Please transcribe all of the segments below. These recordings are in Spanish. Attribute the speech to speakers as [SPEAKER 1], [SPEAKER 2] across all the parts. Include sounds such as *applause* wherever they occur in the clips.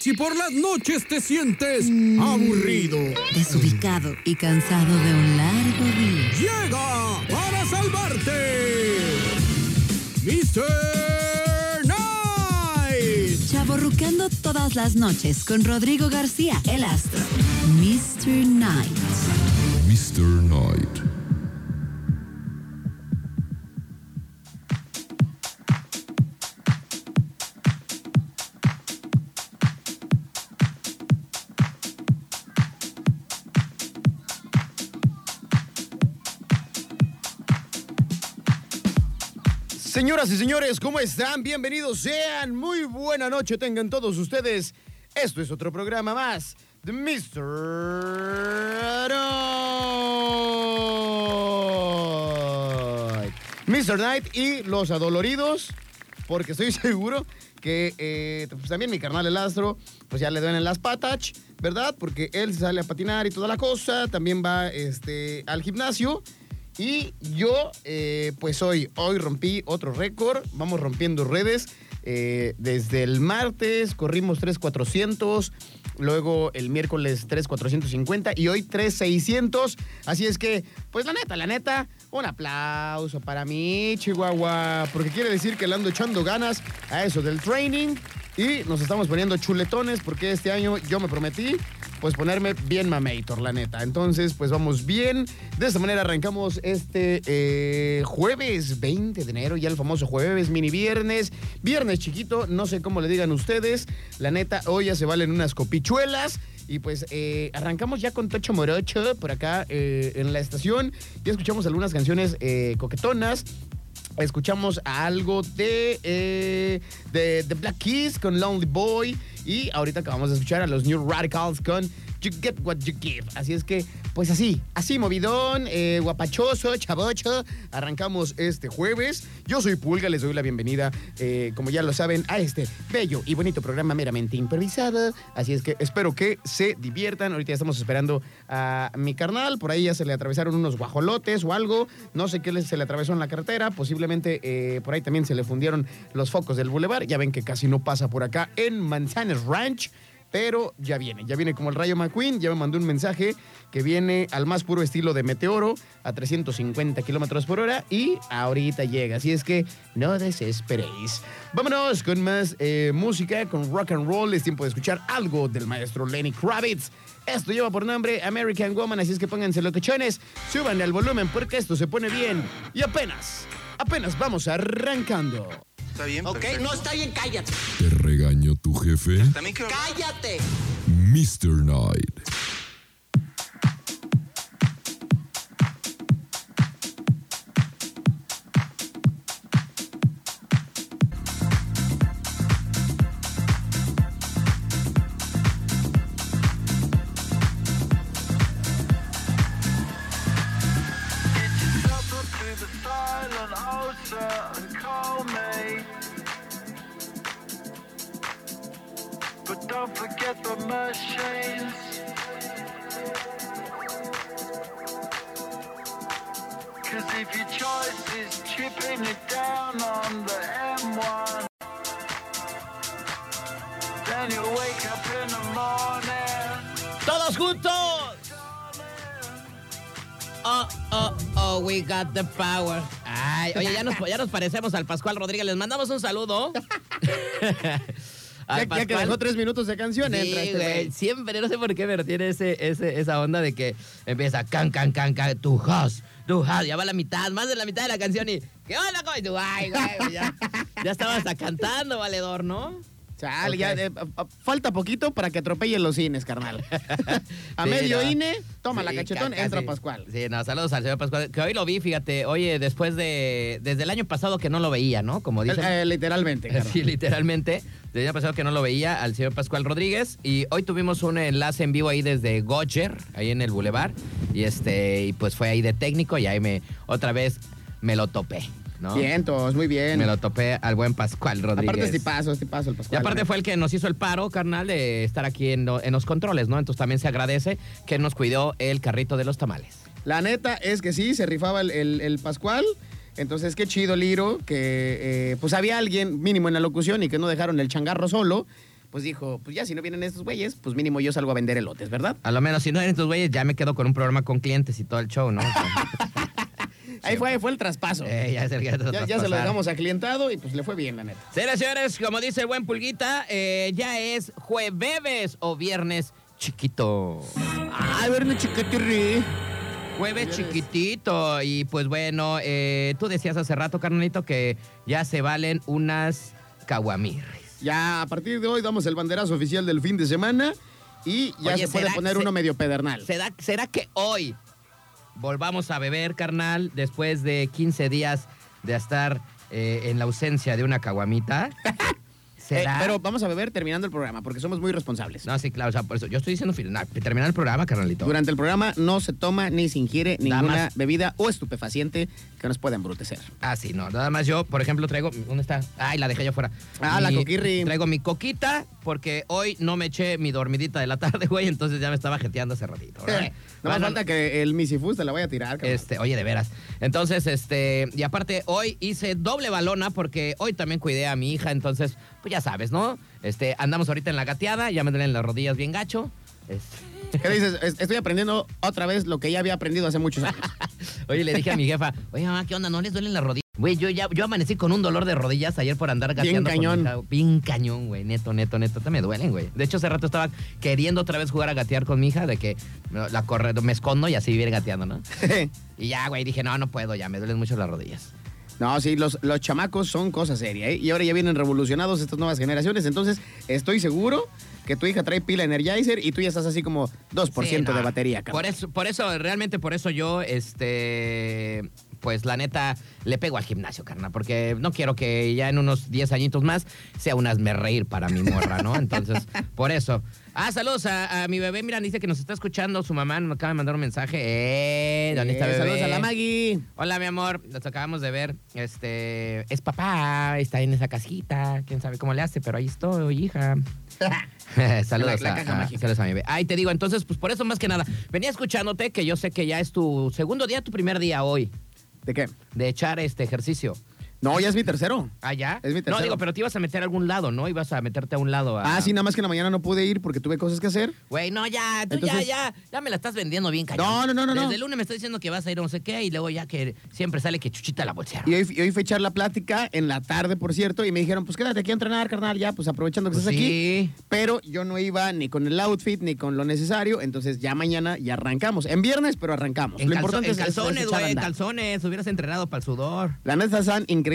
[SPEAKER 1] Si por las noches te sientes aburrido,
[SPEAKER 2] desubicado y cansado de un largo día.
[SPEAKER 1] llega para salvarte. Mr. Night.
[SPEAKER 2] Chaborrucando todas las noches con Rodrigo García, el astro. Mr. Night.
[SPEAKER 3] Mr. Knight.
[SPEAKER 4] Señoras y señores, ¿cómo están? Bienvenidos sean. Muy buena noche tengan todos ustedes. Esto es otro programa más de Mr. Knight. Mr. Knight y los adoloridos, porque estoy *laughs* seguro que eh, pues también mi carnal el astro, pues ya le duelen las patas, ¿verdad? Porque él sale a patinar y toda la cosa, también va este, al gimnasio. Y yo, eh, pues hoy, hoy rompí otro récord. Vamos rompiendo redes. Eh, desde el martes corrimos 3,400. Luego el miércoles 3,450. Y hoy 3,600. Así es que, pues la neta, la neta, un aplauso para mí, Chihuahua. Porque quiere decir que le ando echando ganas a eso del training. Y nos estamos poniendo chuletones porque este año yo me prometí pues ponerme bien mameitor, la neta. Entonces, pues vamos bien. De esta manera arrancamos este eh, jueves 20 de enero, ya el famoso jueves, mini viernes, viernes chiquito, no sé cómo le digan ustedes. La neta, hoy ya se valen unas copichuelas. Y pues eh, arrancamos ya con Tocho Morocho por acá eh, en la estación. Ya escuchamos algunas canciones eh, coquetonas. Escuchamos algo de, eh, de, de Black Keys con Lonely Boy. Y ahorita acabamos de escuchar a los New Radicals con You Get What You Give. Así es que, pues así, así movidón, eh, guapachoso, chavocho. Arrancamos este jueves. Yo soy Pulga, les doy la bienvenida, eh, como ya lo saben, a este bello y bonito programa meramente improvisado. Así es que espero que se diviertan. Ahorita ya estamos esperando a mi carnal. Por ahí ya se le atravesaron unos guajolotes o algo. No sé qué les- se le atravesó en la carretera. Posiblemente eh, por ahí también se le fundieron los focos del bulevar. Ya ven que casi no pasa por acá en Manzanes Ranch. Pero ya viene, ya viene como el Rayo McQueen, ya me mandó un mensaje que viene al más puro estilo de meteoro a 350 kilómetros por hora y ahorita llega. Así es que no desesperéis. Vámonos con más eh, música, con rock and roll. Es tiempo de escuchar algo del maestro Lenny Kravitz. Esto lleva por nombre American Woman, así es que pónganse locochones, suban al volumen porque esto se pone bien. Y apenas, apenas vamos arrancando.
[SPEAKER 5] Está bien,
[SPEAKER 6] Ok,
[SPEAKER 5] perfecto.
[SPEAKER 6] no está bien, cállate.
[SPEAKER 3] ¿Te regañó tu jefe?
[SPEAKER 5] También quiero hablar-
[SPEAKER 6] Cállate.
[SPEAKER 3] Mr. Knight.
[SPEAKER 7] Suffer through the silent ulcer and call me. But don't forget the machines. Cause if your choice is chipping it down on the M1, then you wake up in the morning.
[SPEAKER 6] ¡Todos juntos! Oh, oh, oh, we got the power. Ay, oye, ya nos, ya nos parecemos al Pascual Rodríguez. Les mandamos un saludo. *laughs* Al
[SPEAKER 4] Ya, ya que
[SPEAKER 6] Pascual.
[SPEAKER 4] dejó tres minutos de canción,
[SPEAKER 6] Sí,
[SPEAKER 4] entra este
[SPEAKER 6] güey,
[SPEAKER 4] güey.
[SPEAKER 6] Siempre, no sé por qué, pero tiene ese, ese- esa onda de que empieza can, can, can, can, tu house, tu house. Ya va la mitad, más de la mitad de la canción y. ¿Qué onda, güey? Tú, Ay, güey, ya, ya estaba hasta cantando, valedor, ¿no?
[SPEAKER 4] Chale,
[SPEAKER 6] Ok.
[SPEAKER 4] ya, eh, a- a- falta poquito para que atropellen los cines,
[SPEAKER 6] *laughs*
[SPEAKER 4] carnal. a
[SPEAKER 6] Sí,
[SPEAKER 4] medio
[SPEAKER 6] no.
[SPEAKER 4] INE, toma la
[SPEAKER 6] Sí,
[SPEAKER 4] cachetón,
[SPEAKER 6] ca-
[SPEAKER 4] entra
[SPEAKER 6] casi.
[SPEAKER 4] Pascual.
[SPEAKER 6] Sí, no, saludos al señor Pascual. Que hoy lo vi, fíjate, oye, después de. Desde el año pasado que no lo veía, ¿no? Como dicen.
[SPEAKER 4] Eh, eh, literalmente, carnal.
[SPEAKER 6] *laughs* Sí, literalmente. Desde el año pasado que no lo veía al señor Pascual Rodríguez. Y hoy tuvimos un enlace en vivo ahí desde Gocher, ahí en el Boulevard. Y este, y pues fue ahí de técnico y ahí me, otra vez, me lo topé, ¿no?
[SPEAKER 4] Vientos, muy bien.
[SPEAKER 6] Me lo topé al buen Pascual Rodríguez.
[SPEAKER 4] Aparte, este paso, este paso, el
[SPEAKER 6] Y
[SPEAKER 4] Pascual.
[SPEAKER 6] aparte fue el que nos hizo el paro, carnal, de estar aquí en, lo- en los controles, ¿no? Entonces también se agradece que nos cuidó el carrito de los tamales.
[SPEAKER 4] La neta es que sí, se rifaba el, el- el Pascual. Entonces, qué chido, Liro, que eh, pues había alguien mínimo en la locución y que no dejaron el changarro solo. pues dijo, pues ya si no vienen estos güeyes, pues mínimo yo salgo a vender elotes, ¿verdad?
[SPEAKER 6] A lo menos, si no eran estos güeyes, ya me quedo con un programa con clientes y todo
[SPEAKER 4] *laughs*
[SPEAKER 6] el show, ¿no?
[SPEAKER 4] Ahí fue, fue el traspaso.
[SPEAKER 6] Eh, ya se,
[SPEAKER 4] ya, ya se lo dejamos a clientado y pues le fue bien, la neta.
[SPEAKER 6] Señoras y señores, como dice el buen Pulguita, eh, ya es jueves o viernes chiquito.
[SPEAKER 4] Ay, verme chiquitirri.
[SPEAKER 6] Jueves
[SPEAKER 4] Señores.
[SPEAKER 6] chiquitito. Y pues bueno, eh, tú decías hace rato, carnalito, que ya se valen unas caguamirris.
[SPEAKER 4] Ya a partir de hoy damos el banderazo oficial del fin de semana y ya
[SPEAKER 6] Oye,
[SPEAKER 4] se puede
[SPEAKER 6] ¿será-
[SPEAKER 4] poner
[SPEAKER 6] se-
[SPEAKER 4] uno medio pedernal. Eh,
[SPEAKER 6] ¿Será, ¿Será que hoy volvamos a beber, carnal, después de 15 días de estar eh, en la ausencia de una
[SPEAKER 4] *laughs*
[SPEAKER 6] caguamita? ¿Será?
[SPEAKER 4] Eh, pero vamos a beber terminando el programa porque somos muy responsables.
[SPEAKER 6] No, sí, claro, o sea, por eso yo estoy diciendo final. nah, terminar el programa, carnalito.
[SPEAKER 4] Durante el programa no se toma ni se ingiere ninguna
[SPEAKER 6] Damas.
[SPEAKER 4] bebida o estupefaciente que nos pueda embrutecer.
[SPEAKER 6] Ah, sí, no. Nada más yo, por ejemplo, traigo. ¿Dónde está? Ay, la dejé yo afuera.
[SPEAKER 4] Ah, la coquirri.
[SPEAKER 6] Traigo mi coquita porque hoy no me eché mi dormidita de la *laughs* tarde, güey, entonces ya me estaba jeteando hace ratito. ¿no?
[SPEAKER 4] Eh, no más
[SPEAKER 6] Bueno,
[SPEAKER 4] falta que el misifus te la vaya a tirar. cabrón.
[SPEAKER 6] Este, oye, de veras. Entonces, este, y aparte, hoy hice doble balona porque hoy también cuidé a mi hija, entonces, pues ya sabes, ¿no? Este, andamos ahorita en la gateada, ya me duelen las rodillas bien gacho. Este,
[SPEAKER 4] ¿Qué dices? Es- Estoy aprendiendo otra vez lo que ya había aprendido hace muchos
[SPEAKER 6] *laughs*
[SPEAKER 4] años.
[SPEAKER 6] Oye, le dije a mi jefa,
[SPEAKER 4] *laughs*
[SPEAKER 6] oye, mamá, ¿qué onda? ¿No les duelen las rodillas? Güey, yo ya yo amanecí con un dolor de rodillas ayer por andar
[SPEAKER 4] Bien
[SPEAKER 6] gateando. con mi
[SPEAKER 4] cañón.
[SPEAKER 6] hija. Bien cañón, güey. Neto, neto, neto. Te me duelen, güey. De hecho, hace rato estaba queriendo otra vez jugar a gatear con mi hija, de que no, la corre, me escondo y así ir gateando, ¿no?
[SPEAKER 4] Eh,
[SPEAKER 6] Y ya, güey, dije, no, no puedo, ya me duelen mucho las rodillas.
[SPEAKER 4] No, sí, los, los chamacos son cosa seria, ¿eh? Y ahora ya vienen revolucionados estas nuevas generaciones. Entonces, estoy seguro que tu hija trae pila Energizer y tú ya estás así como 2%
[SPEAKER 6] Sí, no.
[SPEAKER 4] de batería, cabrón.
[SPEAKER 6] Por eso, por eso, realmente por eso yo, este. Pues la neta, le pego al gimnasio, carnal, porque no quiero que ya en unos 10 añitos más sea un asme reír para mi morra,
[SPEAKER 4] *laughs*
[SPEAKER 6] ¿no? Entonces, por eso. Ah, saludos a, a mi bebé, mira, dice que nos está escuchando su mamá, me acaba de mandar un mensaje. ¡Eh! ¿Dónde está
[SPEAKER 4] Eh,
[SPEAKER 6] bebé?
[SPEAKER 4] Saludos a la Maggie.
[SPEAKER 6] Hola, mi amor, nos acabamos de ver. Este, es papá, está en esa casita, quién sabe cómo le hace, pero ahí estoy,
[SPEAKER 4] *laughs*
[SPEAKER 6] hija. *laughs* saludos,
[SPEAKER 4] La- la
[SPEAKER 6] a-
[SPEAKER 4] caja
[SPEAKER 6] a-
[SPEAKER 4] mágica.
[SPEAKER 6] saludos a mi bebé. Ay, te digo, entonces, pues por eso más que nada, venía escuchándote que yo sé que ya es tu segundo día, tu primer día hoy
[SPEAKER 4] ¿De qué?
[SPEAKER 6] de echar este ejercicio.
[SPEAKER 4] No, ya es mi tercero.
[SPEAKER 6] Ah, ya.
[SPEAKER 4] Es mi
[SPEAKER 6] no,
[SPEAKER 4] tercero.
[SPEAKER 6] digo, pero te ibas a meter a algún lado, ¿no? Ibas a meterte a un lado. A...
[SPEAKER 4] Ah, sí, nada más que en la mañana no pude ir porque tuve cosas que hacer.
[SPEAKER 6] Güey, no, ya, tú
[SPEAKER 4] Entonces-
[SPEAKER 6] ya, ya, ya me la estás vendiendo bien cañón.
[SPEAKER 4] No, no, no, no, no.
[SPEAKER 6] Desde el lunes me estás diciendo que vas a ir a no sé qué y luego ya que siempre sale que chuchita la bolsera.
[SPEAKER 4] Y hoy, y hoy fue echar la plática en la tarde, por cierto, y me dijeron, pues quédate aquí a entrenar, carnal, ya, pues aprovechando que
[SPEAKER 6] Pues
[SPEAKER 4] estás
[SPEAKER 6] sí.
[SPEAKER 4] aquí. Pero yo no iba ni con el outfit, ni con lo necesario, entonces ya mañana ya arrancamos. En viernes, pero arrancamos.
[SPEAKER 6] En,
[SPEAKER 4] Pues lo
[SPEAKER 6] calzo-
[SPEAKER 4] importante
[SPEAKER 6] en
[SPEAKER 4] es- es- es
[SPEAKER 6] calzones,
[SPEAKER 4] echar a
[SPEAKER 6] güey, en
[SPEAKER 4] andar.
[SPEAKER 6] calzones. Hubieras entrenado para el sudor.
[SPEAKER 4] La neta están increíblemente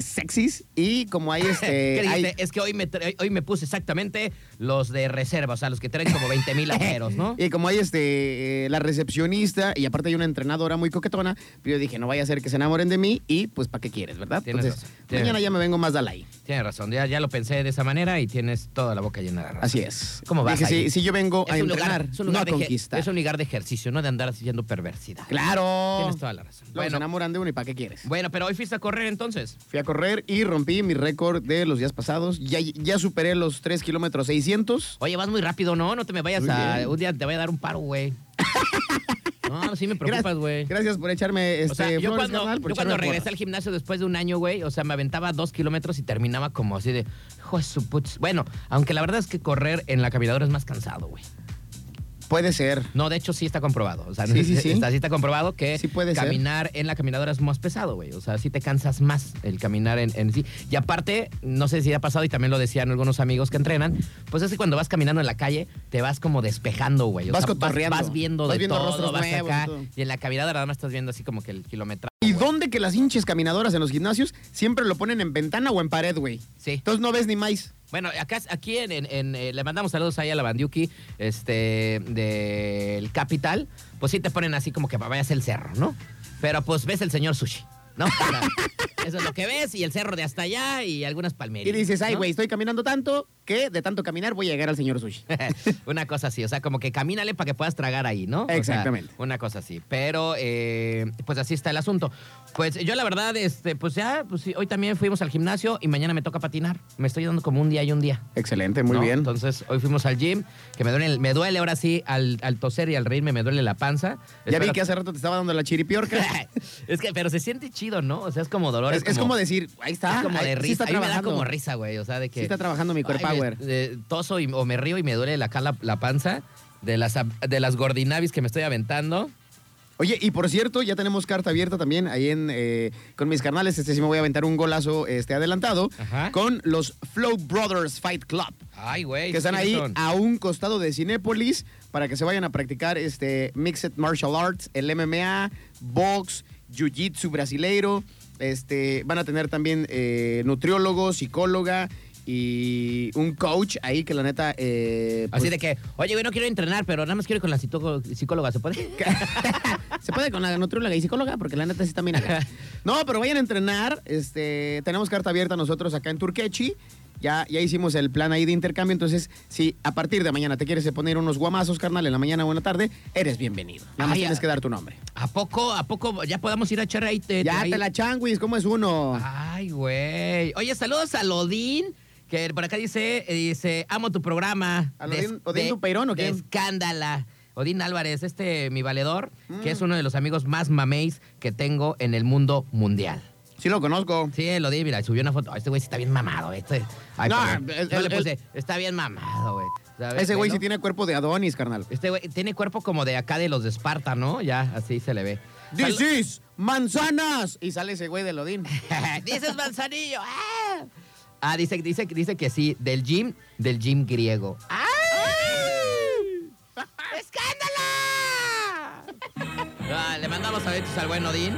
[SPEAKER 4] sexys y como
[SPEAKER 6] *laughs*
[SPEAKER 4] hay *laughs*
[SPEAKER 6] ¿Qué
[SPEAKER 4] este...
[SPEAKER 6] dijiste?
[SPEAKER 4] hay-
[SPEAKER 6] Es que hoy me, tra- hoy- hoy me puse exactamente los de reserva, o sea, los que traen como
[SPEAKER 4] *laughs*
[SPEAKER 6] 20 mil ajeros, ¿no?
[SPEAKER 4] Y como hay este eh, la recepcionista y aparte hay una entrenadora muy coquetona, yo dije, no vaya a ser que se enamoren de mí y pues para qué quieres, ¿verdad?
[SPEAKER 6] Tienes
[SPEAKER 4] Entonces,
[SPEAKER 6] razón, tienes
[SPEAKER 4] mañana
[SPEAKER 6] razón.
[SPEAKER 4] ya me vengo más Dalai.
[SPEAKER 6] Tienes razón, ya, ya lo pensé de esa manera y tienes toda la boca llena de razón.
[SPEAKER 4] Así es.
[SPEAKER 6] ¿Cómo vas
[SPEAKER 4] Dije,
[SPEAKER 6] ahí?
[SPEAKER 4] si, si yo vengo a
[SPEAKER 6] un lugar-
[SPEAKER 4] entrenar,
[SPEAKER 6] es un lugar
[SPEAKER 4] no
[SPEAKER 6] de
[SPEAKER 4] a
[SPEAKER 6] ejer-
[SPEAKER 4] conquistar.
[SPEAKER 6] Es un lugar de ejercicio, no de andar haciendo perversidad.
[SPEAKER 4] ¡Claro!
[SPEAKER 6] Tienes toda la razón.
[SPEAKER 4] Luego se
[SPEAKER 6] Bueno,
[SPEAKER 4] enamoran de uno y para qué quieres.
[SPEAKER 6] bueno, pero hoy fuiste a correr entonces.
[SPEAKER 4] Fui a correr y rompí mi récord de los días pasados. Ya, ya superé los 3 kilómetros 600.
[SPEAKER 6] Oye, vas muy rápido, ¿no? No te me vayas
[SPEAKER 4] Muy
[SPEAKER 6] a...
[SPEAKER 4] bien.
[SPEAKER 6] Un día te voy a dar un
[SPEAKER 4] *laughs*
[SPEAKER 6] paro, güey. No, sí me preocupas,
[SPEAKER 4] Gracias-
[SPEAKER 6] güey.
[SPEAKER 4] Gracias por echarme este
[SPEAKER 6] O sea, yo
[SPEAKER 4] flores,
[SPEAKER 6] cuando,
[SPEAKER 4] carnal, por
[SPEAKER 6] yo cuando
[SPEAKER 4] echarme porras.
[SPEAKER 6] regresé al gimnasio después de un año, güey, o sea, me aventaba dos kilómetros y terminaba como así de, hijo de su putz. Bueno, aunque la verdad es que correr en la caminadora es más cansado, güey.
[SPEAKER 4] Puede ser.
[SPEAKER 6] No, de hecho sí está comprobado. O sea,
[SPEAKER 4] Sí,
[SPEAKER 6] *laughs*
[SPEAKER 4] sí, sí.
[SPEAKER 6] Está, sí está comprobado que
[SPEAKER 4] Sí puede ser.
[SPEAKER 6] caminar en la caminadora es más pesado, güey. O sea, sí te cansas más el caminar en, en sí. Y aparte, no sé si ha pasado y también lo decían algunos amigos que entrenan, pues es que cuando vas caminando en la calle te vas como despejando, güey. O
[SPEAKER 4] Vas
[SPEAKER 6] sea,
[SPEAKER 4] cotorreando.
[SPEAKER 6] Vas, viendo
[SPEAKER 4] Vas
[SPEAKER 6] de
[SPEAKER 4] viendo
[SPEAKER 6] todo,
[SPEAKER 4] rostros
[SPEAKER 6] vas
[SPEAKER 4] nuevos y
[SPEAKER 6] acá.
[SPEAKER 4] todo.
[SPEAKER 6] Y en la caminadora nada más estás viendo así como que el kilometraje.
[SPEAKER 4] ¿Y
[SPEAKER 6] güey.
[SPEAKER 4] dónde que las hinches caminadoras en los gimnasios siempre lo ponen en ventana o en pared, güey?
[SPEAKER 6] Sí.
[SPEAKER 4] Entonces no ves ni más.
[SPEAKER 6] Bueno, acá, aquí en, en- en, eh, le mandamos saludos ahí a la Bandiuki, este, del Capital, pues sí te ponen así como que vayas el cerro, ¿no? Pero pues ves el señor Sushi, ¿no? O sea, *laughs* eso es lo que ves, y el cerro de hasta allá, y algunas palmeras.
[SPEAKER 4] Y dices, ay, güey, estoy caminando tanto que de tanto caminar voy a llegar al señor sushi.
[SPEAKER 6] *laughs* una cosa así, o sea, como que camínale para que puedas tragar ahí, ¿no? O sea,
[SPEAKER 4] Exactamente.
[SPEAKER 6] una cosa así. Pero, eh, pues así está el asunto. Pues yo la verdad, este, pues ya, pues sí, hoy también fuimos al gimnasio y mañana me toca patinar. Me estoy dando como un día y un día.
[SPEAKER 4] Excelente, muy
[SPEAKER 6] ¿no?
[SPEAKER 4] bien.
[SPEAKER 6] Entonces, hoy fuimos al gym, que me duele, me duele ahora sí, al, al toser y al reírme, me duele la panza.
[SPEAKER 4] ya vi
[SPEAKER 6] Espero-
[SPEAKER 4] que hace rato te estaba dando la
[SPEAKER 6] *laughs*
[SPEAKER 4] chiripiorca.
[SPEAKER 6] es que, pero se siente chido, ¿no? O sea, es como dolor.
[SPEAKER 4] es, es como, decir, ahí está.
[SPEAKER 6] es como
[SPEAKER 4] ahí
[SPEAKER 6] de
[SPEAKER 4] Sí está
[SPEAKER 6] risa. a mí me da
[SPEAKER 4] trabajando.
[SPEAKER 6] como risa, güey. O sea, de que.
[SPEAKER 4] Sí está trabajando mi
[SPEAKER 6] Ay,
[SPEAKER 4] cuerpazo, Power.
[SPEAKER 6] eh, toso y- o me río y me duele la, acá la, la panza de las, ab- de las gordinavis que me estoy aventando.
[SPEAKER 4] Oye, y por cierto, ya tenemos carta abierta también ahí en eh, con mis carnales. Este sí me voy a aventar un golazo este, adelantado
[SPEAKER 6] Ajá.
[SPEAKER 4] con los Flow Brothers Fight Club.
[SPEAKER 6] Ay, güey.
[SPEAKER 4] que están ahí ah,
[SPEAKER 6] ¿quiénes son?
[SPEAKER 4] a un costado de Cinépolis para que se vayan a practicar este Mixed Martial Arts, el MMA, box, jiu-jitsu brasileiro. Este, van a tener también eh, nutriólogo, psicóloga y un coach ahí que la neta... eh,
[SPEAKER 6] Así
[SPEAKER 4] pues,
[SPEAKER 6] de que, oye, güey, no quiero entrenar, pero nada más quiero ir con la cito- psicóloga, ¿se
[SPEAKER 4] *laughs*
[SPEAKER 6] puede? *laughs*
[SPEAKER 4] Se puede con la nutrióloga y psicóloga porque la neta sí también acá. No, pero vayan a entrenar. Este, tenemos carta abierta nosotros acá en Turquechi. Ya, ya hicimos el plan ahí de intercambio. Entonces, si a partir de mañana te quieres poner unos guamazos, carnal, en la mañana o en la tarde, eres bienvenido. Nada más
[SPEAKER 6] Ay,
[SPEAKER 4] tienes
[SPEAKER 6] ah.
[SPEAKER 4] que dar tu nombre.
[SPEAKER 6] ¿A poco, a poco ya podamos ir a echar ahí? te-
[SPEAKER 4] Ya
[SPEAKER 6] ahí?
[SPEAKER 4] te la changuis, ¿cómo es uno?
[SPEAKER 6] Ay, güey. Oye, saludos a Lodín, que por acá dice, eh, dice, amo tu programa.
[SPEAKER 4] ¿A Lodín- Odín Dupeirón o
[SPEAKER 6] qué?
[SPEAKER 4] quién?
[SPEAKER 6] Escándala. Odín Álvarez, este mi valedor,
[SPEAKER 4] Mm.
[SPEAKER 6] que es uno de los amigos más maméis que tengo en el mundo mundial.
[SPEAKER 4] Sí lo conozco.
[SPEAKER 6] Sí, lo di, mira, subió una foto. Ay, Este güey sí está bien mamado. Este, ay,
[SPEAKER 4] No,
[SPEAKER 6] perdón.
[SPEAKER 4] el-
[SPEAKER 6] Yo le
[SPEAKER 4] el-
[SPEAKER 6] puse, está bien mamado, güey. ¿Sabes?
[SPEAKER 4] Ese güey
[SPEAKER 6] Bueno,
[SPEAKER 4] sí tiene cuerpo de Adonis, carnal.
[SPEAKER 6] Este güey tiene cuerpo como de acá de los de Esparta, ¿no? Ya, así se le ve.
[SPEAKER 4] This
[SPEAKER 6] Sal-
[SPEAKER 4] is manzanas. Y sale ese güey de Lodín.
[SPEAKER 6] *laughs* Dices manzanillo. Ah, Ah, dice, dice, dice que sí, del gym, del gym griego. ¡Ah! ¡Escándalo! Ah, le mandamos saludos al buen Odín.